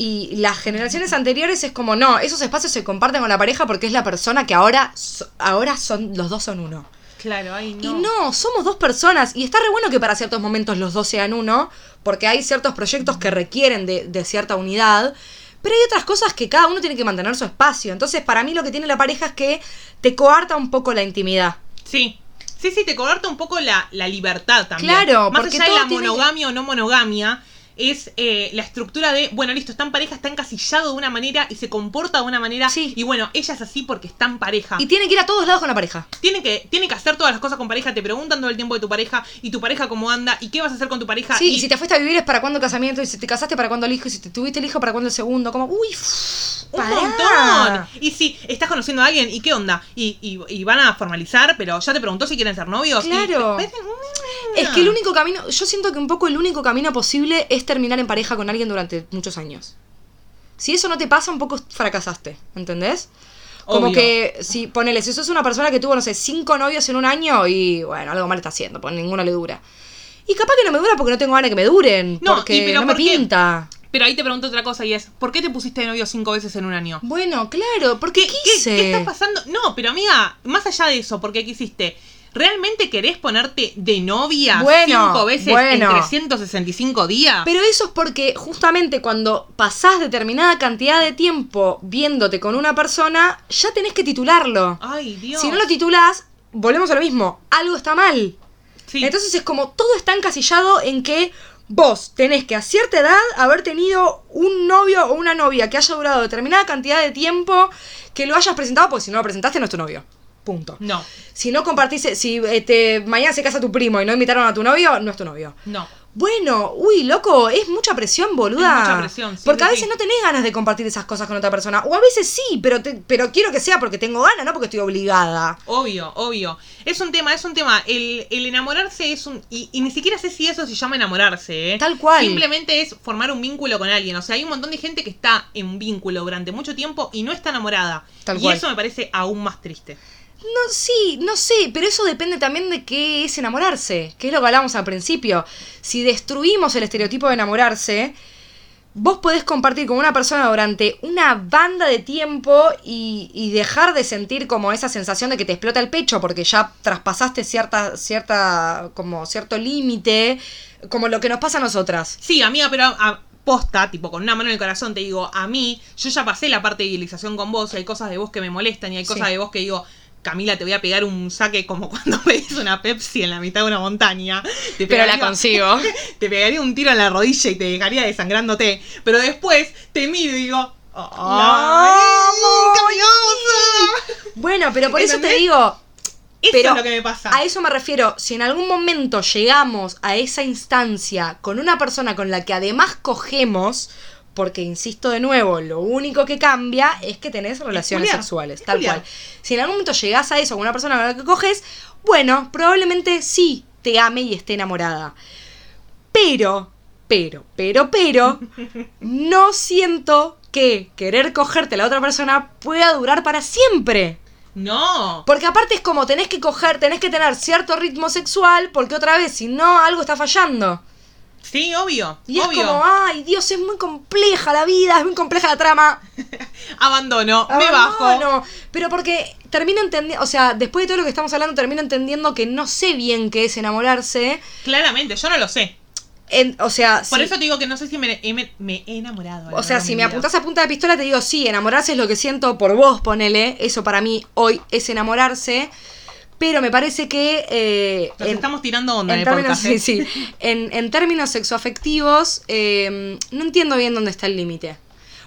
Speaker 1: Y las generaciones anteriores es como, no, esos espacios se comparten con la pareja porque es la persona que ahora, so- ahora son, los dos son uno.
Speaker 2: Claro, ay no.
Speaker 1: Y no, somos dos personas. Y está re bueno que para ciertos momentos los dos sean uno, porque hay ciertos proyectos que requieren de, de cierta unidad. Pero hay otras cosas que cada uno tiene que mantener su espacio. Entonces, para mí lo que tiene la pareja es que te coarta un poco la intimidad.
Speaker 2: Sí. Sí, sí, te coberta un poco la, la libertad también.
Speaker 1: Claro,
Speaker 2: Más
Speaker 1: porque
Speaker 2: allá de
Speaker 1: todo
Speaker 2: la
Speaker 1: tiene-
Speaker 2: monogamia o no monogamia, es eh, la estructura de, bueno, listo, están pareja, está encasillado de una manera y se comporta de una manera.
Speaker 1: Sí.
Speaker 2: Y bueno, ella es así porque está en pareja.
Speaker 1: Y tiene que ir a todos lados con la pareja.
Speaker 2: Tiene que, tiene que hacer todas las cosas con pareja, te preguntan todo el tiempo de tu pareja y tu pareja cómo anda y qué vas a hacer con tu pareja.
Speaker 1: Sí, y si te fuiste a vivir es para cuándo el casamiento, y si te casaste para cuándo el hijo, y si te tuviste el hijo para cuándo el segundo. Como, uy, uff,
Speaker 2: Un montón. Y si estás conociendo a alguien, ¿y qué onda? Y, y- y van a formalizar, pero ya te preguntó si quieren ser novios. Y- "Mm".
Speaker 1: Claro. Es que el único camino, yo siento que un poco el único camino posible es terminar en pareja con alguien durante muchos años. Si eso no te pasa, un poco fracasaste, ¿entendés? Como
Speaker 2: Obvio.
Speaker 1: que, si ponele, si sos una persona que tuvo, no sé, cinco novios en un año y bueno, algo mal está haciendo, pues ninguno le dura. Y capaz que no me dura porque no tengo ganas de que me duren,
Speaker 2: No,
Speaker 1: porque
Speaker 2: y pero
Speaker 1: no me
Speaker 2: ¿por qué?
Speaker 1: pinta.
Speaker 2: Pero ahí te pregunto otra cosa y es, ¿por qué te pusiste de novio cinco veces en un año?
Speaker 1: Bueno, claro, porque quise.
Speaker 2: qué está pasando? No, pero amiga, más allá de eso, ¿por qué quisiste? ¿Realmente querés ponerte de novia
Speaker 1: Bueno,
Speaker 2: cinco veces
Speaker 1: bueno.
Speaker 2: en 365 días?
Speaker 1: Pero eso es porque justamente cuando pasás determinada cantidad de tiempo viéndote con una persona, ya tenés que titularlo.
Speaker 2: Ay, Dios.
Speaker 1: Si no lo titulás, volvemos a lo mismo, algo está mal.
Speaker 2: Sí.
Speaker 1: Entonces es como todo está encasillado en que vos tenés que a cierta edad haber tenido un novio o una novia que haya durado determinada cantidad de tiempo que lo hayas presentado, porque si no lo presentaste no es tu novio. Punto.
Speaker 2: No,
Speaker 1: Si no compartís, si este, mañana se casa tu primo y no invitaron a tu novio, no es tu novio.
Speaker 2: no.
Speaker 1: Bueno, uy, loco, es mucha presión, boluda.
Speaker 2: Es mucha presión, sí,
Speaker 1: Porque a
Speaker 2: sí,
Speaker 1: veces
Speaker 2: sí.
Speaker 1: no tenés ganas de compartir esas cosas con otra persona. O a veces sí, pero, te- pero quiero que sea porque tengo ganas, no porque estoy obligada.
Speaker 2: Obvio, obvio. Es un tema, es un tema. El, el enamorarse es un. Y, y ni siquiera sé si eso se llama enamorarse, ¿eh?
Speaker 1: Tal cual.
Speaker 2: Simplemente es formar un vínculo con alguien. O sea, hay un montón de gente que está en un vínculo durante mucho tiempo y no está enamorada.
Speaker 1: Tal
Speaker 2: y
Speaker 1: cual.
Speaker 2: eso me parece aún más triste.
Speaker 1: No, sí, no sé, pero eso depende también de qué es enamorarse, que es lo que hablábamos al principio. Si destruimos el estereotipo de enamorarse, vos podés compartir con una persona durante una banda de tiempo y, y dejar de sentir como esa sensación de que te explota el pecho porque ya traspasaste cierta, cierta, como cierto límite, como lo que nos pasa a nosotras.
Speaker 2: Sí, amiga, pero a- a- posta, tipo, con una mano en el corazón te digo, a mí, yo ya pasé la parte de idealización con vos, hay cosas de vos que me molestan y hay
Speaker 1: Sí.
Speaker 2: cosas de vos que digo, Camila, te voy a pegar un saque como cuando pedís una Pepsi en la mitad de una montaña. Te pegaría-
Speaker 1: consigo.
Speaker 2: Te pegaría un tiro en la rodilla y te dejaría desangrándote. Pero después te miro y digo, ¡Ay,
Speaker 1: amo!
Speaker 2: caballosa!
Speaker 1: Bueno, pero por eso te
Speaker 2: ¿Entendés?
Speaker 1: digo,
Speaker 2: Eso
Speaker 1: Pero
Speaker 2: es lo que me pasa.
Speaker 1: A eso me refiero, si en algún momento llegamos a esa instancia con una persona con la que además cogemos, porque insisto de nuevo, lo único que cambia es que tenés relaciones
Speaker 2: culiar,
Speaker 1: sexuales,
Speaker 2: es
Speaker 1: tal
Speaker 2: culiar.
Speaker 1: cual. Si en algún momento llegás a eso con una persona con la que coges, bueno, probablemente sí te ame y esté enamorada. Pero, pero, pero, pero, no siento que querer cogerte a la otra persona pueda durar para siempre.
Speaker 2: No.
Speaker 1: Porque aparte es como tenés que coger, tenés que tener cierto ritmo sexual, porque otra vez, si no, algo está fallando.
Speaker 2: Sí, obvio.
Speaker 1: Y
Speaker 2: obvio.
Speaker 1: es como, ah, ay, Dios, es muy compleja la vida, es muy compleja la trama.
Speaker 2: Abandono, me bajo.
Speaker 1: Abandono. Pero porque termino entendiendo, o sea, después de todo lo que estamos hablando, termino entendiendo que no sé bien qué es enamorarse.
Speaker 2: Claramente, yo no lo sé.
Speaker 1: En- o sea,
Speaker 2: Por
Speaker 1: si-
Speaker 2: eso te digo que no sé si me, me- me he enamorado. a lo
Speaker 1: O sea,
Speaker 2: largo de
Speaker 1: si
Speaker 2: mi
Speaker 1: me
Speaker 2: vida.
Speaker 1: apuntás a punta de pistola, te digo, sí, enamorarse es lo que siento por vos, ponele. Eso para mí hoy es enamorarse. Pero me parece que... eh,
Speaker 2: Nos
Speaker 1: en-
Speaker 2: estamos tirando onda
Speaker 1: en
Speaker 2: en el
Speaker 1: términos,
Speaker 2: podcast. ¿eh?
Speaker 1: sí, sí. En, en términos sexoafectivos, eh, no entiendo bien dónde está el límite.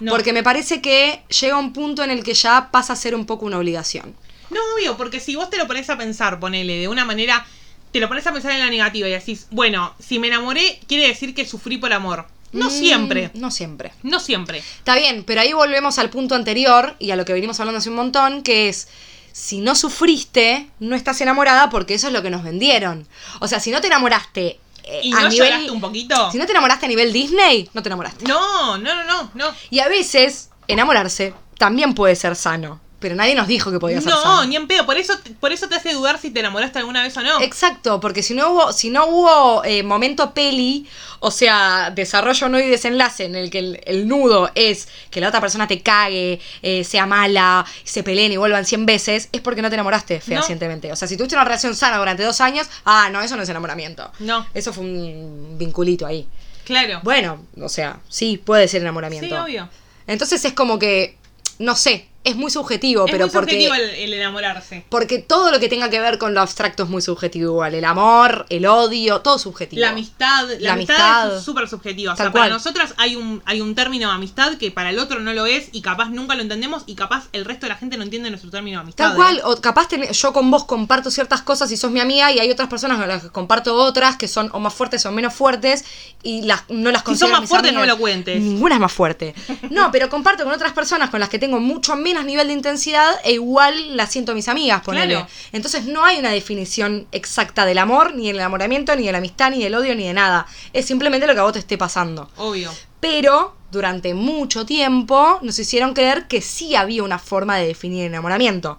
Speaker 2: No.
Speaker 1: Porque me parece que llega un punto en el que ya pasa a ser un poco una obligación.
Speaker 2: No, obvio, porque si vos te lo pones a pensar, ponele, de una manera, te lo pones a pensar en la negativa y decís, bueno, si me enamoré, quiere decir que sufrí por amor. No
Speaker 1: Mm,
Speaker 2: siempre.
Speaker 1: No siempre.
Speaker 2: No siempre.
Speaker 1: Está bien, pero ahí volvemos al punto anterior y a lo que venimos hablando hace un montón, que es, si no sufriste, no estás enamorada porque eso es lo que nos vendieron. O sea, si no te enamoraste eh,
Speaker 2: ¿Y
Speaker 1: a
Speaker 2: no
Speaker 1: nivel...
Speaker 2: lloraste un poquito?
Speaker 1: Si no te enamoraste a nivel Disney, no te enamoraste.
Speaker 2: No, no, no, no, no.
Speaker 1: Y a veces, enamorarse también puede ser sano. Pero nadie nos dijo que podía ser sano.
Speaker 2: No, ni en pedo. Por eso, por eso te hace dudar si te enamoraste alguna vez o no.
Speaker 1: Exacto, porque si no hubo, si no hubo eh, momento peli, o sea, desarrollo no y desenlace en el que el, el nudo es que la otra persona te cague, eh, sea mala, se peleen y vuelvan 100 veces, es porque no te enamoraste fehacientemente. O sea, si tuviste una relación sana durante dos años, ah, no, eso no es enamoramiento.
Speaker 2: No,
Speaker 1: Eso fue un vinculito ahí.
Speaker 2: claro.
Speaker 1: Bueno, o sea, sí, puede ser enamoramiento.
Speaker 2: sí, obvio.
Speaker 1: Entonces es como que, no sé, es muy subjetivo,
Speaker 2: es
Speaker 1: pero
Speaker 2: muy
Speaker 1: porque...
Speaker 2: subjetivo el, el enamorarse.
Speaker 1: Porque todo lo que tenga que ver con lo abstracto es muy subjetivo igual. El amor, el odio, todo es subjetivo.
Speaker 2: La amistad, la,
Speaker 1: La
Speaker 2: amistad,
Speaker 1: amistad.
Speaker 2: es súper subjetiva. O
Speaker 1: Tal
Speaker 2: sea, para
Speaker 1: cual.
Speaker 2: nosotras hay un, hay un término de amistad que para el otro no lo es y capaz nunca lo entendemos y capaz el resto de la gente no entiende nuestro término de amistad.
Speaker 1: Tal
Speaker 2: ¿eh?
Speaker 1: cual, o capaz ten- yo con vos comparto ciertas cosas y sos mi amiga y hay otras personas con las que comparto otras que son o más fuertes o menos fuertes y las, no las
Speaker 2: Si
Speaker 1: considero
Speaker 2: son más
Speaker 1: mis
Speaker 2: fuertes, no
Speaker 1: amigas.
Speaker 2: me lo cuentes.
Speaker 1: Ninguna es más fuerte. No, pero comparto con otras personas con las que tengo mucho menos nivel de intensidad e igual las siento mis amigas, ponele.
Speaker 2: Claro.
Speaker 1: Entonces no hay una definición exacta del amor, ni del enamoramiento, ni de la amistad, ni del odio, ni de nada. Es simplemente lo que a vos te esté pasando.
Speaker 2: Obvio.
Speaker 1: Pero durante mucho tiempo nos hicieron creer que sí había una forma de definir enamoramiento.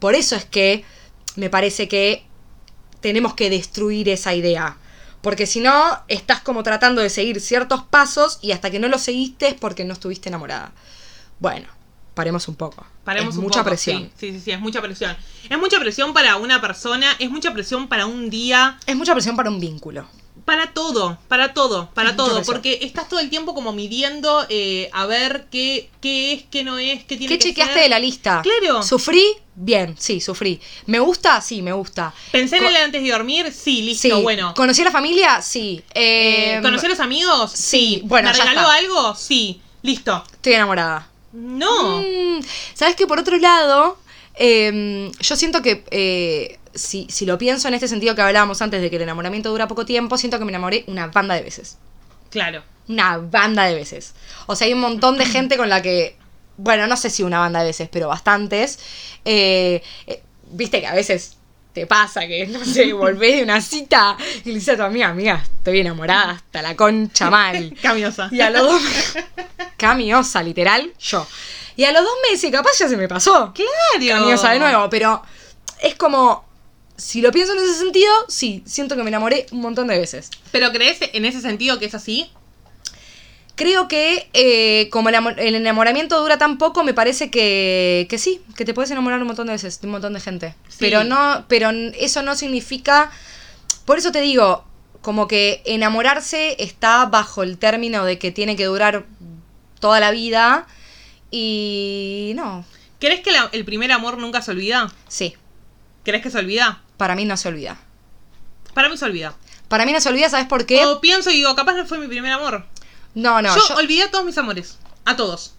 Speaker 1: Por eso es que me parece que tenemos que destruir esa idea. Porque si no, estás como tratando de seguir ciertos pasos y hasta que no los seguiste es porque no estuviste enamorada. Bueno, paremos un poco.
Speaker 2: Paremos
Speaker 1: Es
Speaker 2: un
Speaker 1: mucha
Speaker 2: poco,
Speaker 1: presión.
Speaker 2: Sí, sí, sí, sí, es mucha presión. Es mucha presión para una persona, es mucha presión para un día.
Speaker 1: Es mucha presión para un vínculo.
Speaker 2: Para todo, para todo, para
Speaker 1: Es mucho
Speaker 2: todo.
Speaker 1: peso.
Speaker 2: Porque estás todo el tiempo como midiendo eh, a ver qué, qué es, qué no es, qué tiene
Speaker 1: ¿Qué
Speaker 2: que
Speaker 1: chequeaste
Speaker 2: ser.
Speaker 1: de la lista?
Speaker 2: Claro.
Speaker 1: ¿Sufrí? Bien, sí, sufrí. ¿Me gusta? Sí, me gusta.
Speaker 2: Pensé en
Speaker 1: Co-
Speaker 2: él antes de dormir, sí, listo,
Speaker 1: sí.
Speaker 2: bueno.
Speaker 1: ¿Conocí a la familia? Sí. Eh,
Speaker 2: Eh, ¿Conocí a los amigos?
Speaker 1: sí,
Speaker 2: Sí.
Speaker 1: bueno,
Speaker 2: ¿Me
Speaker 1: ya
Speaker 2: regaló
Speaker 1: está.
Speaker 2: algo? Sí. Listo.
Speaker 1: Estoy enamorada.
Speaker 2: No.
Speaker 1: Mm, Sabes que por otro lado, eh, yo siento que eh, si, si lo pienso en este sentido que hablábamos antes de que el enamoramiento dura poco tiempo, siento que me enamoré una banda de veces.
Speaker 2: Claro.
Speaker 1: Una banda de veces. O sea, hay un montón de gente con la que. Bueno, no sé si una banda de veces, pero bastantes. Eh, eh, Viste que a veces te pasa que, no sé, volvés de una cita y le dices a tu amiga, amiga, estoy enamorada hasta la concha mal.
Speaker 2: Camiosa.
Speaker 1: Y a los dos. Camiosa, literal, yo. Y a los dos meses, capaz ya se me pasó.
Speaker 2: Claro.
Speaker 1: Camiosa de nuevo, pero es como. Si lo pienso en ese sentido, sí, siento que me enamoré un montón de veces.
Speaker 2: ¿Pero crees en ese sentido que es así?
Speaker 1: Creo que eh, como el, amo- el enamoramiento dura tan poco, me parece que, que sí, que te puedes enamorar un montón de veces, de un montón de gente.
Speaker 2: Sí.
Speaker 1: Pero no, pero n- eso no significa. Por eso te digo, como que enamorarse está bajo el término de que tiene que durar toda la vida. Y no,
Speaker 2: ¿Crees que la- el primer amor nunca se olvida?
Speaker 1: sí,
Speaker 2: ¿Crees que se olvida?
Speaker 1: para mí no se olvida.
Speaker 2: Para mí se olvida.
Speaker 1: Para mí no se olvida, ¿sabes por qué?
Speaker 2: O pienso y digo, capaz no fue mi primer amor.
Speaker 1: no, no,
Speaker 2: Oh, yo,
Speaker 1: yo-
Speaker 2: olvidé a todos mis amores. A todos.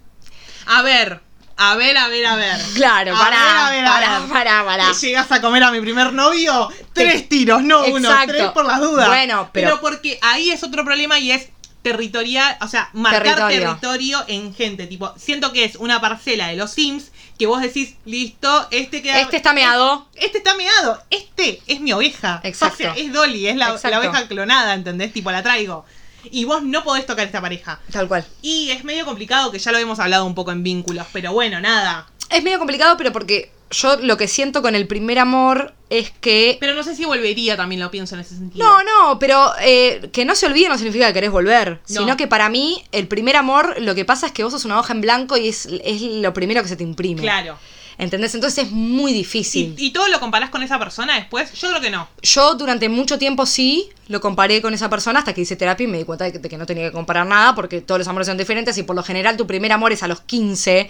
Speaker 2: A ver. A ver, a ver, a ver.
Speaker 1: Claro,
Speaker 2: A
Speaker 1: para,
Speaker 2: ver, a ver, a
Speaker 1: para,
Speaker 2: ver.
Speaker 1: para, para.
Speaker 2: ¿Le llegas a comer a mi primer novio? Tres tiros, no uno.
Speaker 1: Exacto.
Speaker 2: Tres por las dudas.
Speaker 1: Bueno, pero-
Speaker 2: porque ahí es otro problema y es territorial, o sea, marcar
Speaker 1: Territorio.
Speaker 2: territorio. en gente. Tipo, siento que es una parcela de los Sims que vos decís, listo, este queda.
Speaker 1: Este está meado.
Speaker 2: Este está meado, este es mi oveja.
Speaker 1: Exacto.
Speaker 2: O sea, es Dolly, es la,
Speaker 1: Exacto.
Speaker 2: la oveja clonada, ¿entendés? Tipo, la traigo. Y vos no podés tocar esta pareja.
Speaker 1: Tal cual.
Speaker 2: Y es medio complicado que ya lo hemos hablado un poco en vínculos, pero bueno, nada.
Speaker 1: Es medio complicado, pero porque yo lo que siento con el primer amor es que.
Speaker 2: Pero no sé si volvería también, lo pienso en ese sentido.
Speaker 1: No, no, pero eh, que no se olvide no significa que querés volver. Sino que para mí, el primer amor, lo que pasa es que vos sos una hoja en blanco y es, es lo primero que se te imprime.
Speaker 2: Claro.
Speaker 1: ¿Entendés? Entonces es muy difícil.
Speaker 2: ¿Y, y todo lo comparás con esa persona después? Yo creo que no.
Speaker 1: Yo durante mucho tiempo sí lo comparé con esa persona hasta que hice terapia y me di cuenta de que, de que no tenía que comparar nada porque todos los amores son diferentes y por lo general tu primer amor es a los 15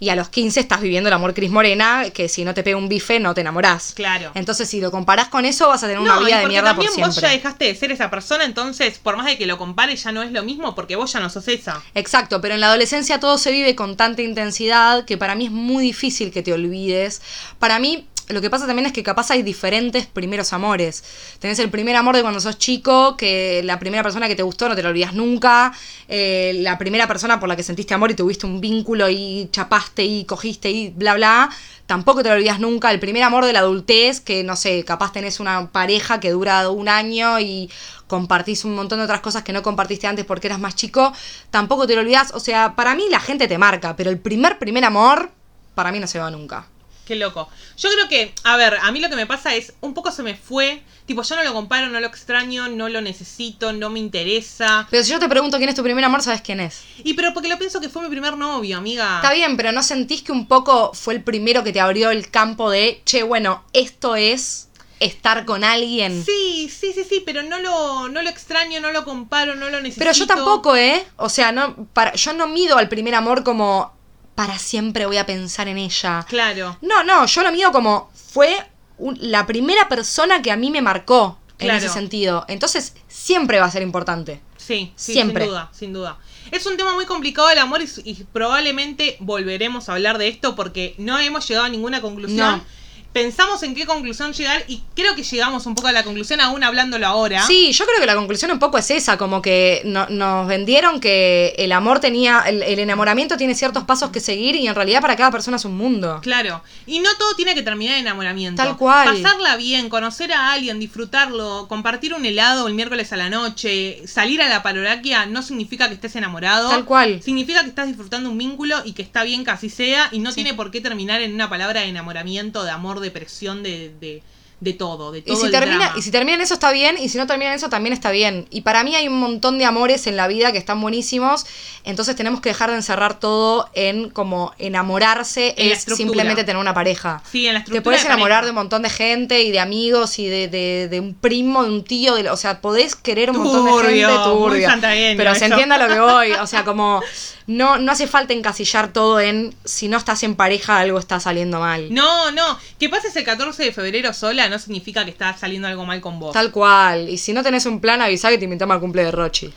Speaker 1: y a los 15 estás viviendo el amor Cris Morena que si no te pega un bife no te enamorás.
Speaker 2: Claro.
Speaker 1: Entonces si lo comparás con eso vas a tener una
Speaker 2: no, y
Speaker 1: vida de
Speaker 2: porque
Speaker 1: mierda por
Speaker 2: también vos ya
Speaker 1: siempre.
Speaker 2: dejaste de ser esa persona, entonces por más de que lo compares ya no es lo mismo porque vos ya no sos esa.
Speaker 1: Exacto, pero en la adolescencia todo se vive con tanta intensidad que para mí es muy difícil que te olvides. Para mí, lo que pasa también es que capaz hay diferentes primeros amores. Tenés el primer amor de cuando sos chico, que la primera persona que te gustó no te la olvidas nunca, eh, la primera persona por la que sentiste amor y tuviste un vínculo y chapaste y cogiste y bla bla, tampoco te lo olvidas nunca. El primer amor de la adultez, que no sé, capaz tenés una pareja que dura un año y compartís un montón de otras cosas que no compartiste antes porque eras más chico, tampoco te lo olvidás. O sea, para mí la gente te marca, pero el primer, primer amor, para mí no se va nunca.
Speaker 2: Qué loco. Yo creo que, a ver, a mí lo que me pasa es, un poco se me fue, tipo, yo no lo comparo, no lo extraño, no lo necesito, no me interesa.
Speaker 1: Pero si yo te pregunto quién es tu primer amor, sabes quién es.
Speaker 2: Y pero porque lo pienso que fue mi primer novio, amiga.
Speaker 1: Está bien, pero ¿no sentís que un poco fue el primero que te abrió el campo de, che, bueno, esto es estar con alguien?
Speaker 2: Sí, sí, sí, sí, pero no lo, no lo extraño, no lo comparo, no lo necesito.
Speaker 1: Pero yo tampoco, ¿eh? O sea, no, para, yo no mido al primer amor como para siempre voy a pensar en ella.
Speaker 2: Claro.
Speaker 1: No, no, yo lo mido como fue un- la primera persona que a mí me marcó en
Speaker 2: Claro.
Speaker 1: ese sentido. Entonces, siempre va a ser importante.
Speaker 2: Sí, sí,
Speaker 1: Siempre.
Speaker 2: sin duda, sin duda. Es un tema muy complicado el amor y, y probablemente volveremos a hablar de esto porque no hemos llegado a ninguna conclusión.
Speaker 1: No.
Speaker 2: Pensamos en qué conclusión llegar y creo que llegamos un poco a la conclusión aún hablándolo ahora.
Speaker 1: Sí, yo creo que la conclusión un poco es esa, como que no- nos vendieron que el amor tenía, el, el enamoramiento tiene ciertos pasos que seguir y en realidad para cada persona es un mundo.
Speaker 2: Claro. Y no todo tiene que terminar en enamoramiento.
Speaker 1: Tal cual.
Speaker 2: Pasarla bien, conocer a alguien, disfrutarlo, compartir un helado el miércoles a la noche, salir a la parolaquia no significa que estés enamorado.
Speaker 1: Tal cual.
Speaker 2: Significa que estás disfrutando un vínculo y que está bien que así sea y no tiene por qué terminar en una palabra de enamoramiento, de amor, de presión, de, de, de todo, de todo.
Speaker 1: Y si,
Speaker 2: el
Speaker 1: termina,
Speaker 2: drama.
Speaker 1: y si termina en eso está bien, y si no termina en eso también está bien. Y para mí hay un montón de amores en la vida que están buenísimos, Entonces tenemos que dejar de encerrar todo en como enamorarse
Speaker 2: En la
Speaker 1: es
Speaker 2: estructura.
Speaker 1: simplemente tener una pareja.
Speaker 2: Sí, en la estructura
Speaker 1: Te puedes
Speaker 2: de
Speaker 1: enamorar
Speaker 2: pareja.
Speaker 1: de un montón de gente y de amigos y de, de- de un primo, de un tío, de, o sea, podés querer un montón de gente
Speaker 2: Turbio, muy
Speaker 1: turbio.
Speaker 2: santagueño
Speaker 1: pero se
Speaker 2: eso.
Speaker 1: entiende a lo que voy, o sea, como no, no hace falta encasillar todo en si no estás en pareja algo está saliendo mal.
Speaker 2: No, no. Que pases el 14 de febrero sola no significa que está saliendo algo mal con vos.
Speaker 1: Tal cual. Y si no tenés un plan, avisá que te invitamos al cumple de Rochi.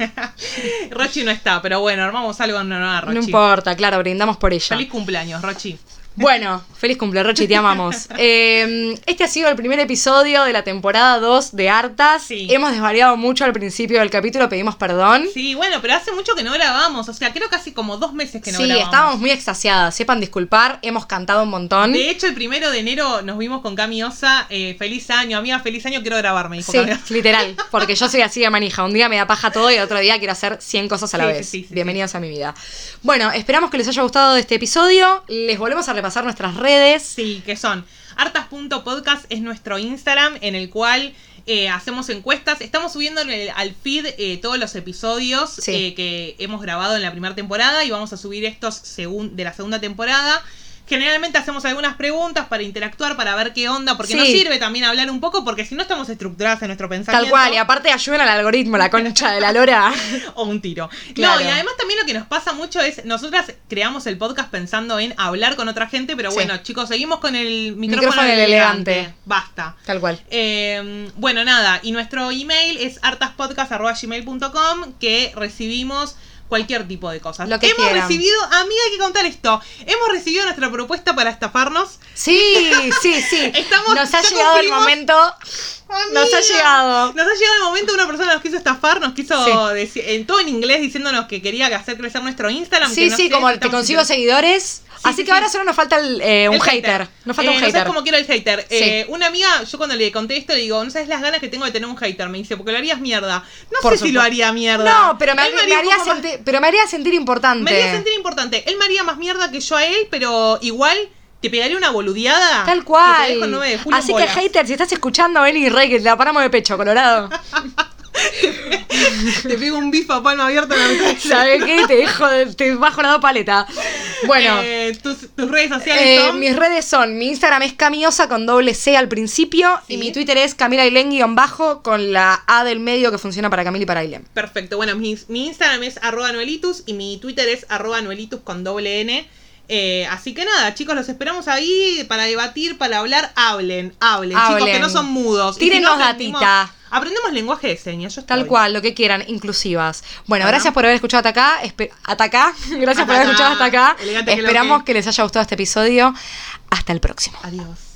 Speaker 2: Rochi no está, pero bueno, armamos algo en honor a Rochi.
Speaker 1: No importa, claro, brindamos por ella.
Speaker 2: Feliz cumpleaños, Rochi.
Speaker 1: Bueno, feliz cumple, Rochi, te amamos. Eh, este ha sido el primer episodio de la temporada 2 de Artas.
Speaker 2: Sí.
Speaker 1: Hemos desvariado mucho al principio del capítulo, pedimos perdón.
Speaker 2: Sí, bueno, pero hace mucho que no grabamos. O sea, creo que hace como dos meses que no
Speaker 1: sí,
Speaker 2: grabamos.
Speaker 1: estábamos muy extasiadas, sepan disculpar, hemos cantado un montón.
Speaker 2: De hecho, el primero de enero nos vimos con Cami Osa. eh, feliz año, amiga, feliz año, quiero grabarme, dijo
Speaker 1: Sí,
Speaker 2: Cami Osa.
Speaker 1: literal, porque yo soy así de manija. Un día me da paja todo y otro día quiero hacer 100 cosas a la
Speaker 2: Sí, sí,
Speaker 1: vez.
Speaker 2: sí, sí,
Speaker 1: Bienvenidos a mi vida. Bueno, esperamos que les haya gustado este episodio. Les volvemos a repasar nuestras redes.
Speaker 2: Sí, que son. Hartas.podcast es nuestro Instagram en el cual eh, hacemos encuestas. Estamos subiendo en el- al feed eh, todos los episodios
Speaker 1: Sí.
Speaker 2: eh, que hemos grabado en la primera temporada y vamos a subir estos segun- de la segunda temporada. Generalmente hacemos algunas preguntas para interactuar, para ver qué onda, porque
Speaker 1: Sí.
Speaker 2: nos sirve también hablar un poco, porque si no estamos estructuradas en nuestro pensamiento.
Speaker 1: Tal cual, y aparte ayudan al algoritmo, la concha de la lora.
Speaker 2: o un tiro.
Speaker 1: Claro.
Speaker 2: No, y además también lo que nos pasa mucho es, nosotras creamos el podcast pensando en hablar con otra gente, pero
Speaker 1: Sí.
Speaker 2: bueno, chicos, seguimos con el micrófono,
Speaker 1: Micrófono del
Speaker 2: elegante.
Speaker 1: elegante.
Speaker 2: Basta.
Speaker 1: Tal cual.
Speaker 2: Eh, bueno, nada, y nuestro email es hartaspodcast.gmail.com que recibimos cualquier tipo de cosas.
Speaker 1: Lo que
Speaker 2: Hemos
Speaker 1: quieran.
Speaker 2: recibido, amiga, hay que contar esto, hemos recibido nuestra propuesta para estafarnos.
Speaker 1: Sí, sí, sí.
Speaker 2: Estamos-
Speaker 1: nos ha
Speaker 2: ya
Speaker 1: llegado el
Speaker 2: cumplimos.
Speaker 1: momento. Nos
Speaker 2: Amiga,
Speaker 1: ha llegado.
Speaker 2: Nos ha llegado el momento, una persona nos quiso estafar, nos quiso
Speaker 1: Sí.
Speaker 2: decir, en todo en inglés diciéndonos que quería hacer crecer nuestro Instagram. que
Speaker 1: Sí,
Speaker 2: no
Speaker 1: sí,
Speaker 2: sé
Speaker 1: como
Speaker 2: si
Speaker 1: te
Speaker 2: estamos
Speaker 1: consigo
Speaker 2: haciendo-
Speaker 1: seguidores. Así
Speaker 2: sí,
Speaker 1: que
Speaker 2: sí.
Speaker 1: ahora solo nos falta el, eh, un
Speaker 2: El
Speaker 1: hater. Nos falta
Speaker 2: Eh,
Speaker 1: un
Speaker 2: no
Speaker 1: hater.
Speaker 2: sabes cómo quiero el hater.
Speaker 1: Sí.
Speaker 2: Eh, una amiga, yo cuando le conté esto, le digo, no sabes las ganas que tengo de tener un hater. Me dice, porque lo harías mierda. No
Speaker 1: Por
Speaker 2: sé si
Speaker 1: supuesto.
Speaker 2: lo haría mierda.
Speaker 1: No, pero me,
Speaker 2: Él
Speaker 1: haría- me
Speaker 2: un
Speaker 1: haría
Speaker 2: poco más-
Speaker 1: sentir, pero me haría sentir importante.
Speaker 2: me haría sentir importante. Él me haría más mierda que yo a él, pero igual te pegaría una boludeada.
Speaker 1: Tal
Speaker 2: que te dejo el
Speaker 1: cual.
Speaker 2: 9 de julio en
Speaker 1: Así que,
Speaker 2: bolas.
Speaker 1: hater, si estás escuchando, ven y rey, que te la paramos de pecho, Colorado.
Speaker 2: Te pego un bifa a palma abierta en la cabeza.
Speaker 1: ¿Sabes qué? Te, dejo, te bajo la dos paleta. Bueno.
Speaker 2: Eh, tus, tus redes sociales
Speaker 1: Eh,
Speaker 2: son.
Speaker 1: mis redes son, mi Instagram es camiosa con doble C al principio
Speaker 2: Sí.
Speaker 1: y mi Twitter es Camila Ailén guión bajo con la A del medio que funciona para Camila y para Ailén.
Speaker 2: Perfecto. Bueno, mis- mi, Instagram es arroba noelitus y mi Twitter es arroba noelitus con doble N. Eh, así que nada, chicos, los esperamos ahí para debatir, para hablar. Hablen, hablen, chicos,
Speaker 1: Hablen.
Speaker 2: que no son mudos. Y
Speaker 1: Tírennos
Speaker 2: no aprendimos-
Speaker 1: datita.
Speaker 2: Aprendemos lenguaje de señas. Yo
Speaker 1: Tal
Speaker 2: estoy.
Speaker 1: cual, lo que quieran, inclusivas. Bueno,
Speaker 2: Ajá.
Speaker 1: gracias por haber escuchado hasta acá. espe- Hasta acá. Gracias por haber
Speaker 2: Hasta
Speaker 1: escuchado hasta
Speaker 2: acá.
Speaker 1: acá.
Speaker 2: Elegante que lo
Speaker 1: Esperamos
Speaker 2: que-
Speaker 1: que les haya gustado este episodio. Hasta el próximo.
Speaker 2: Adiós.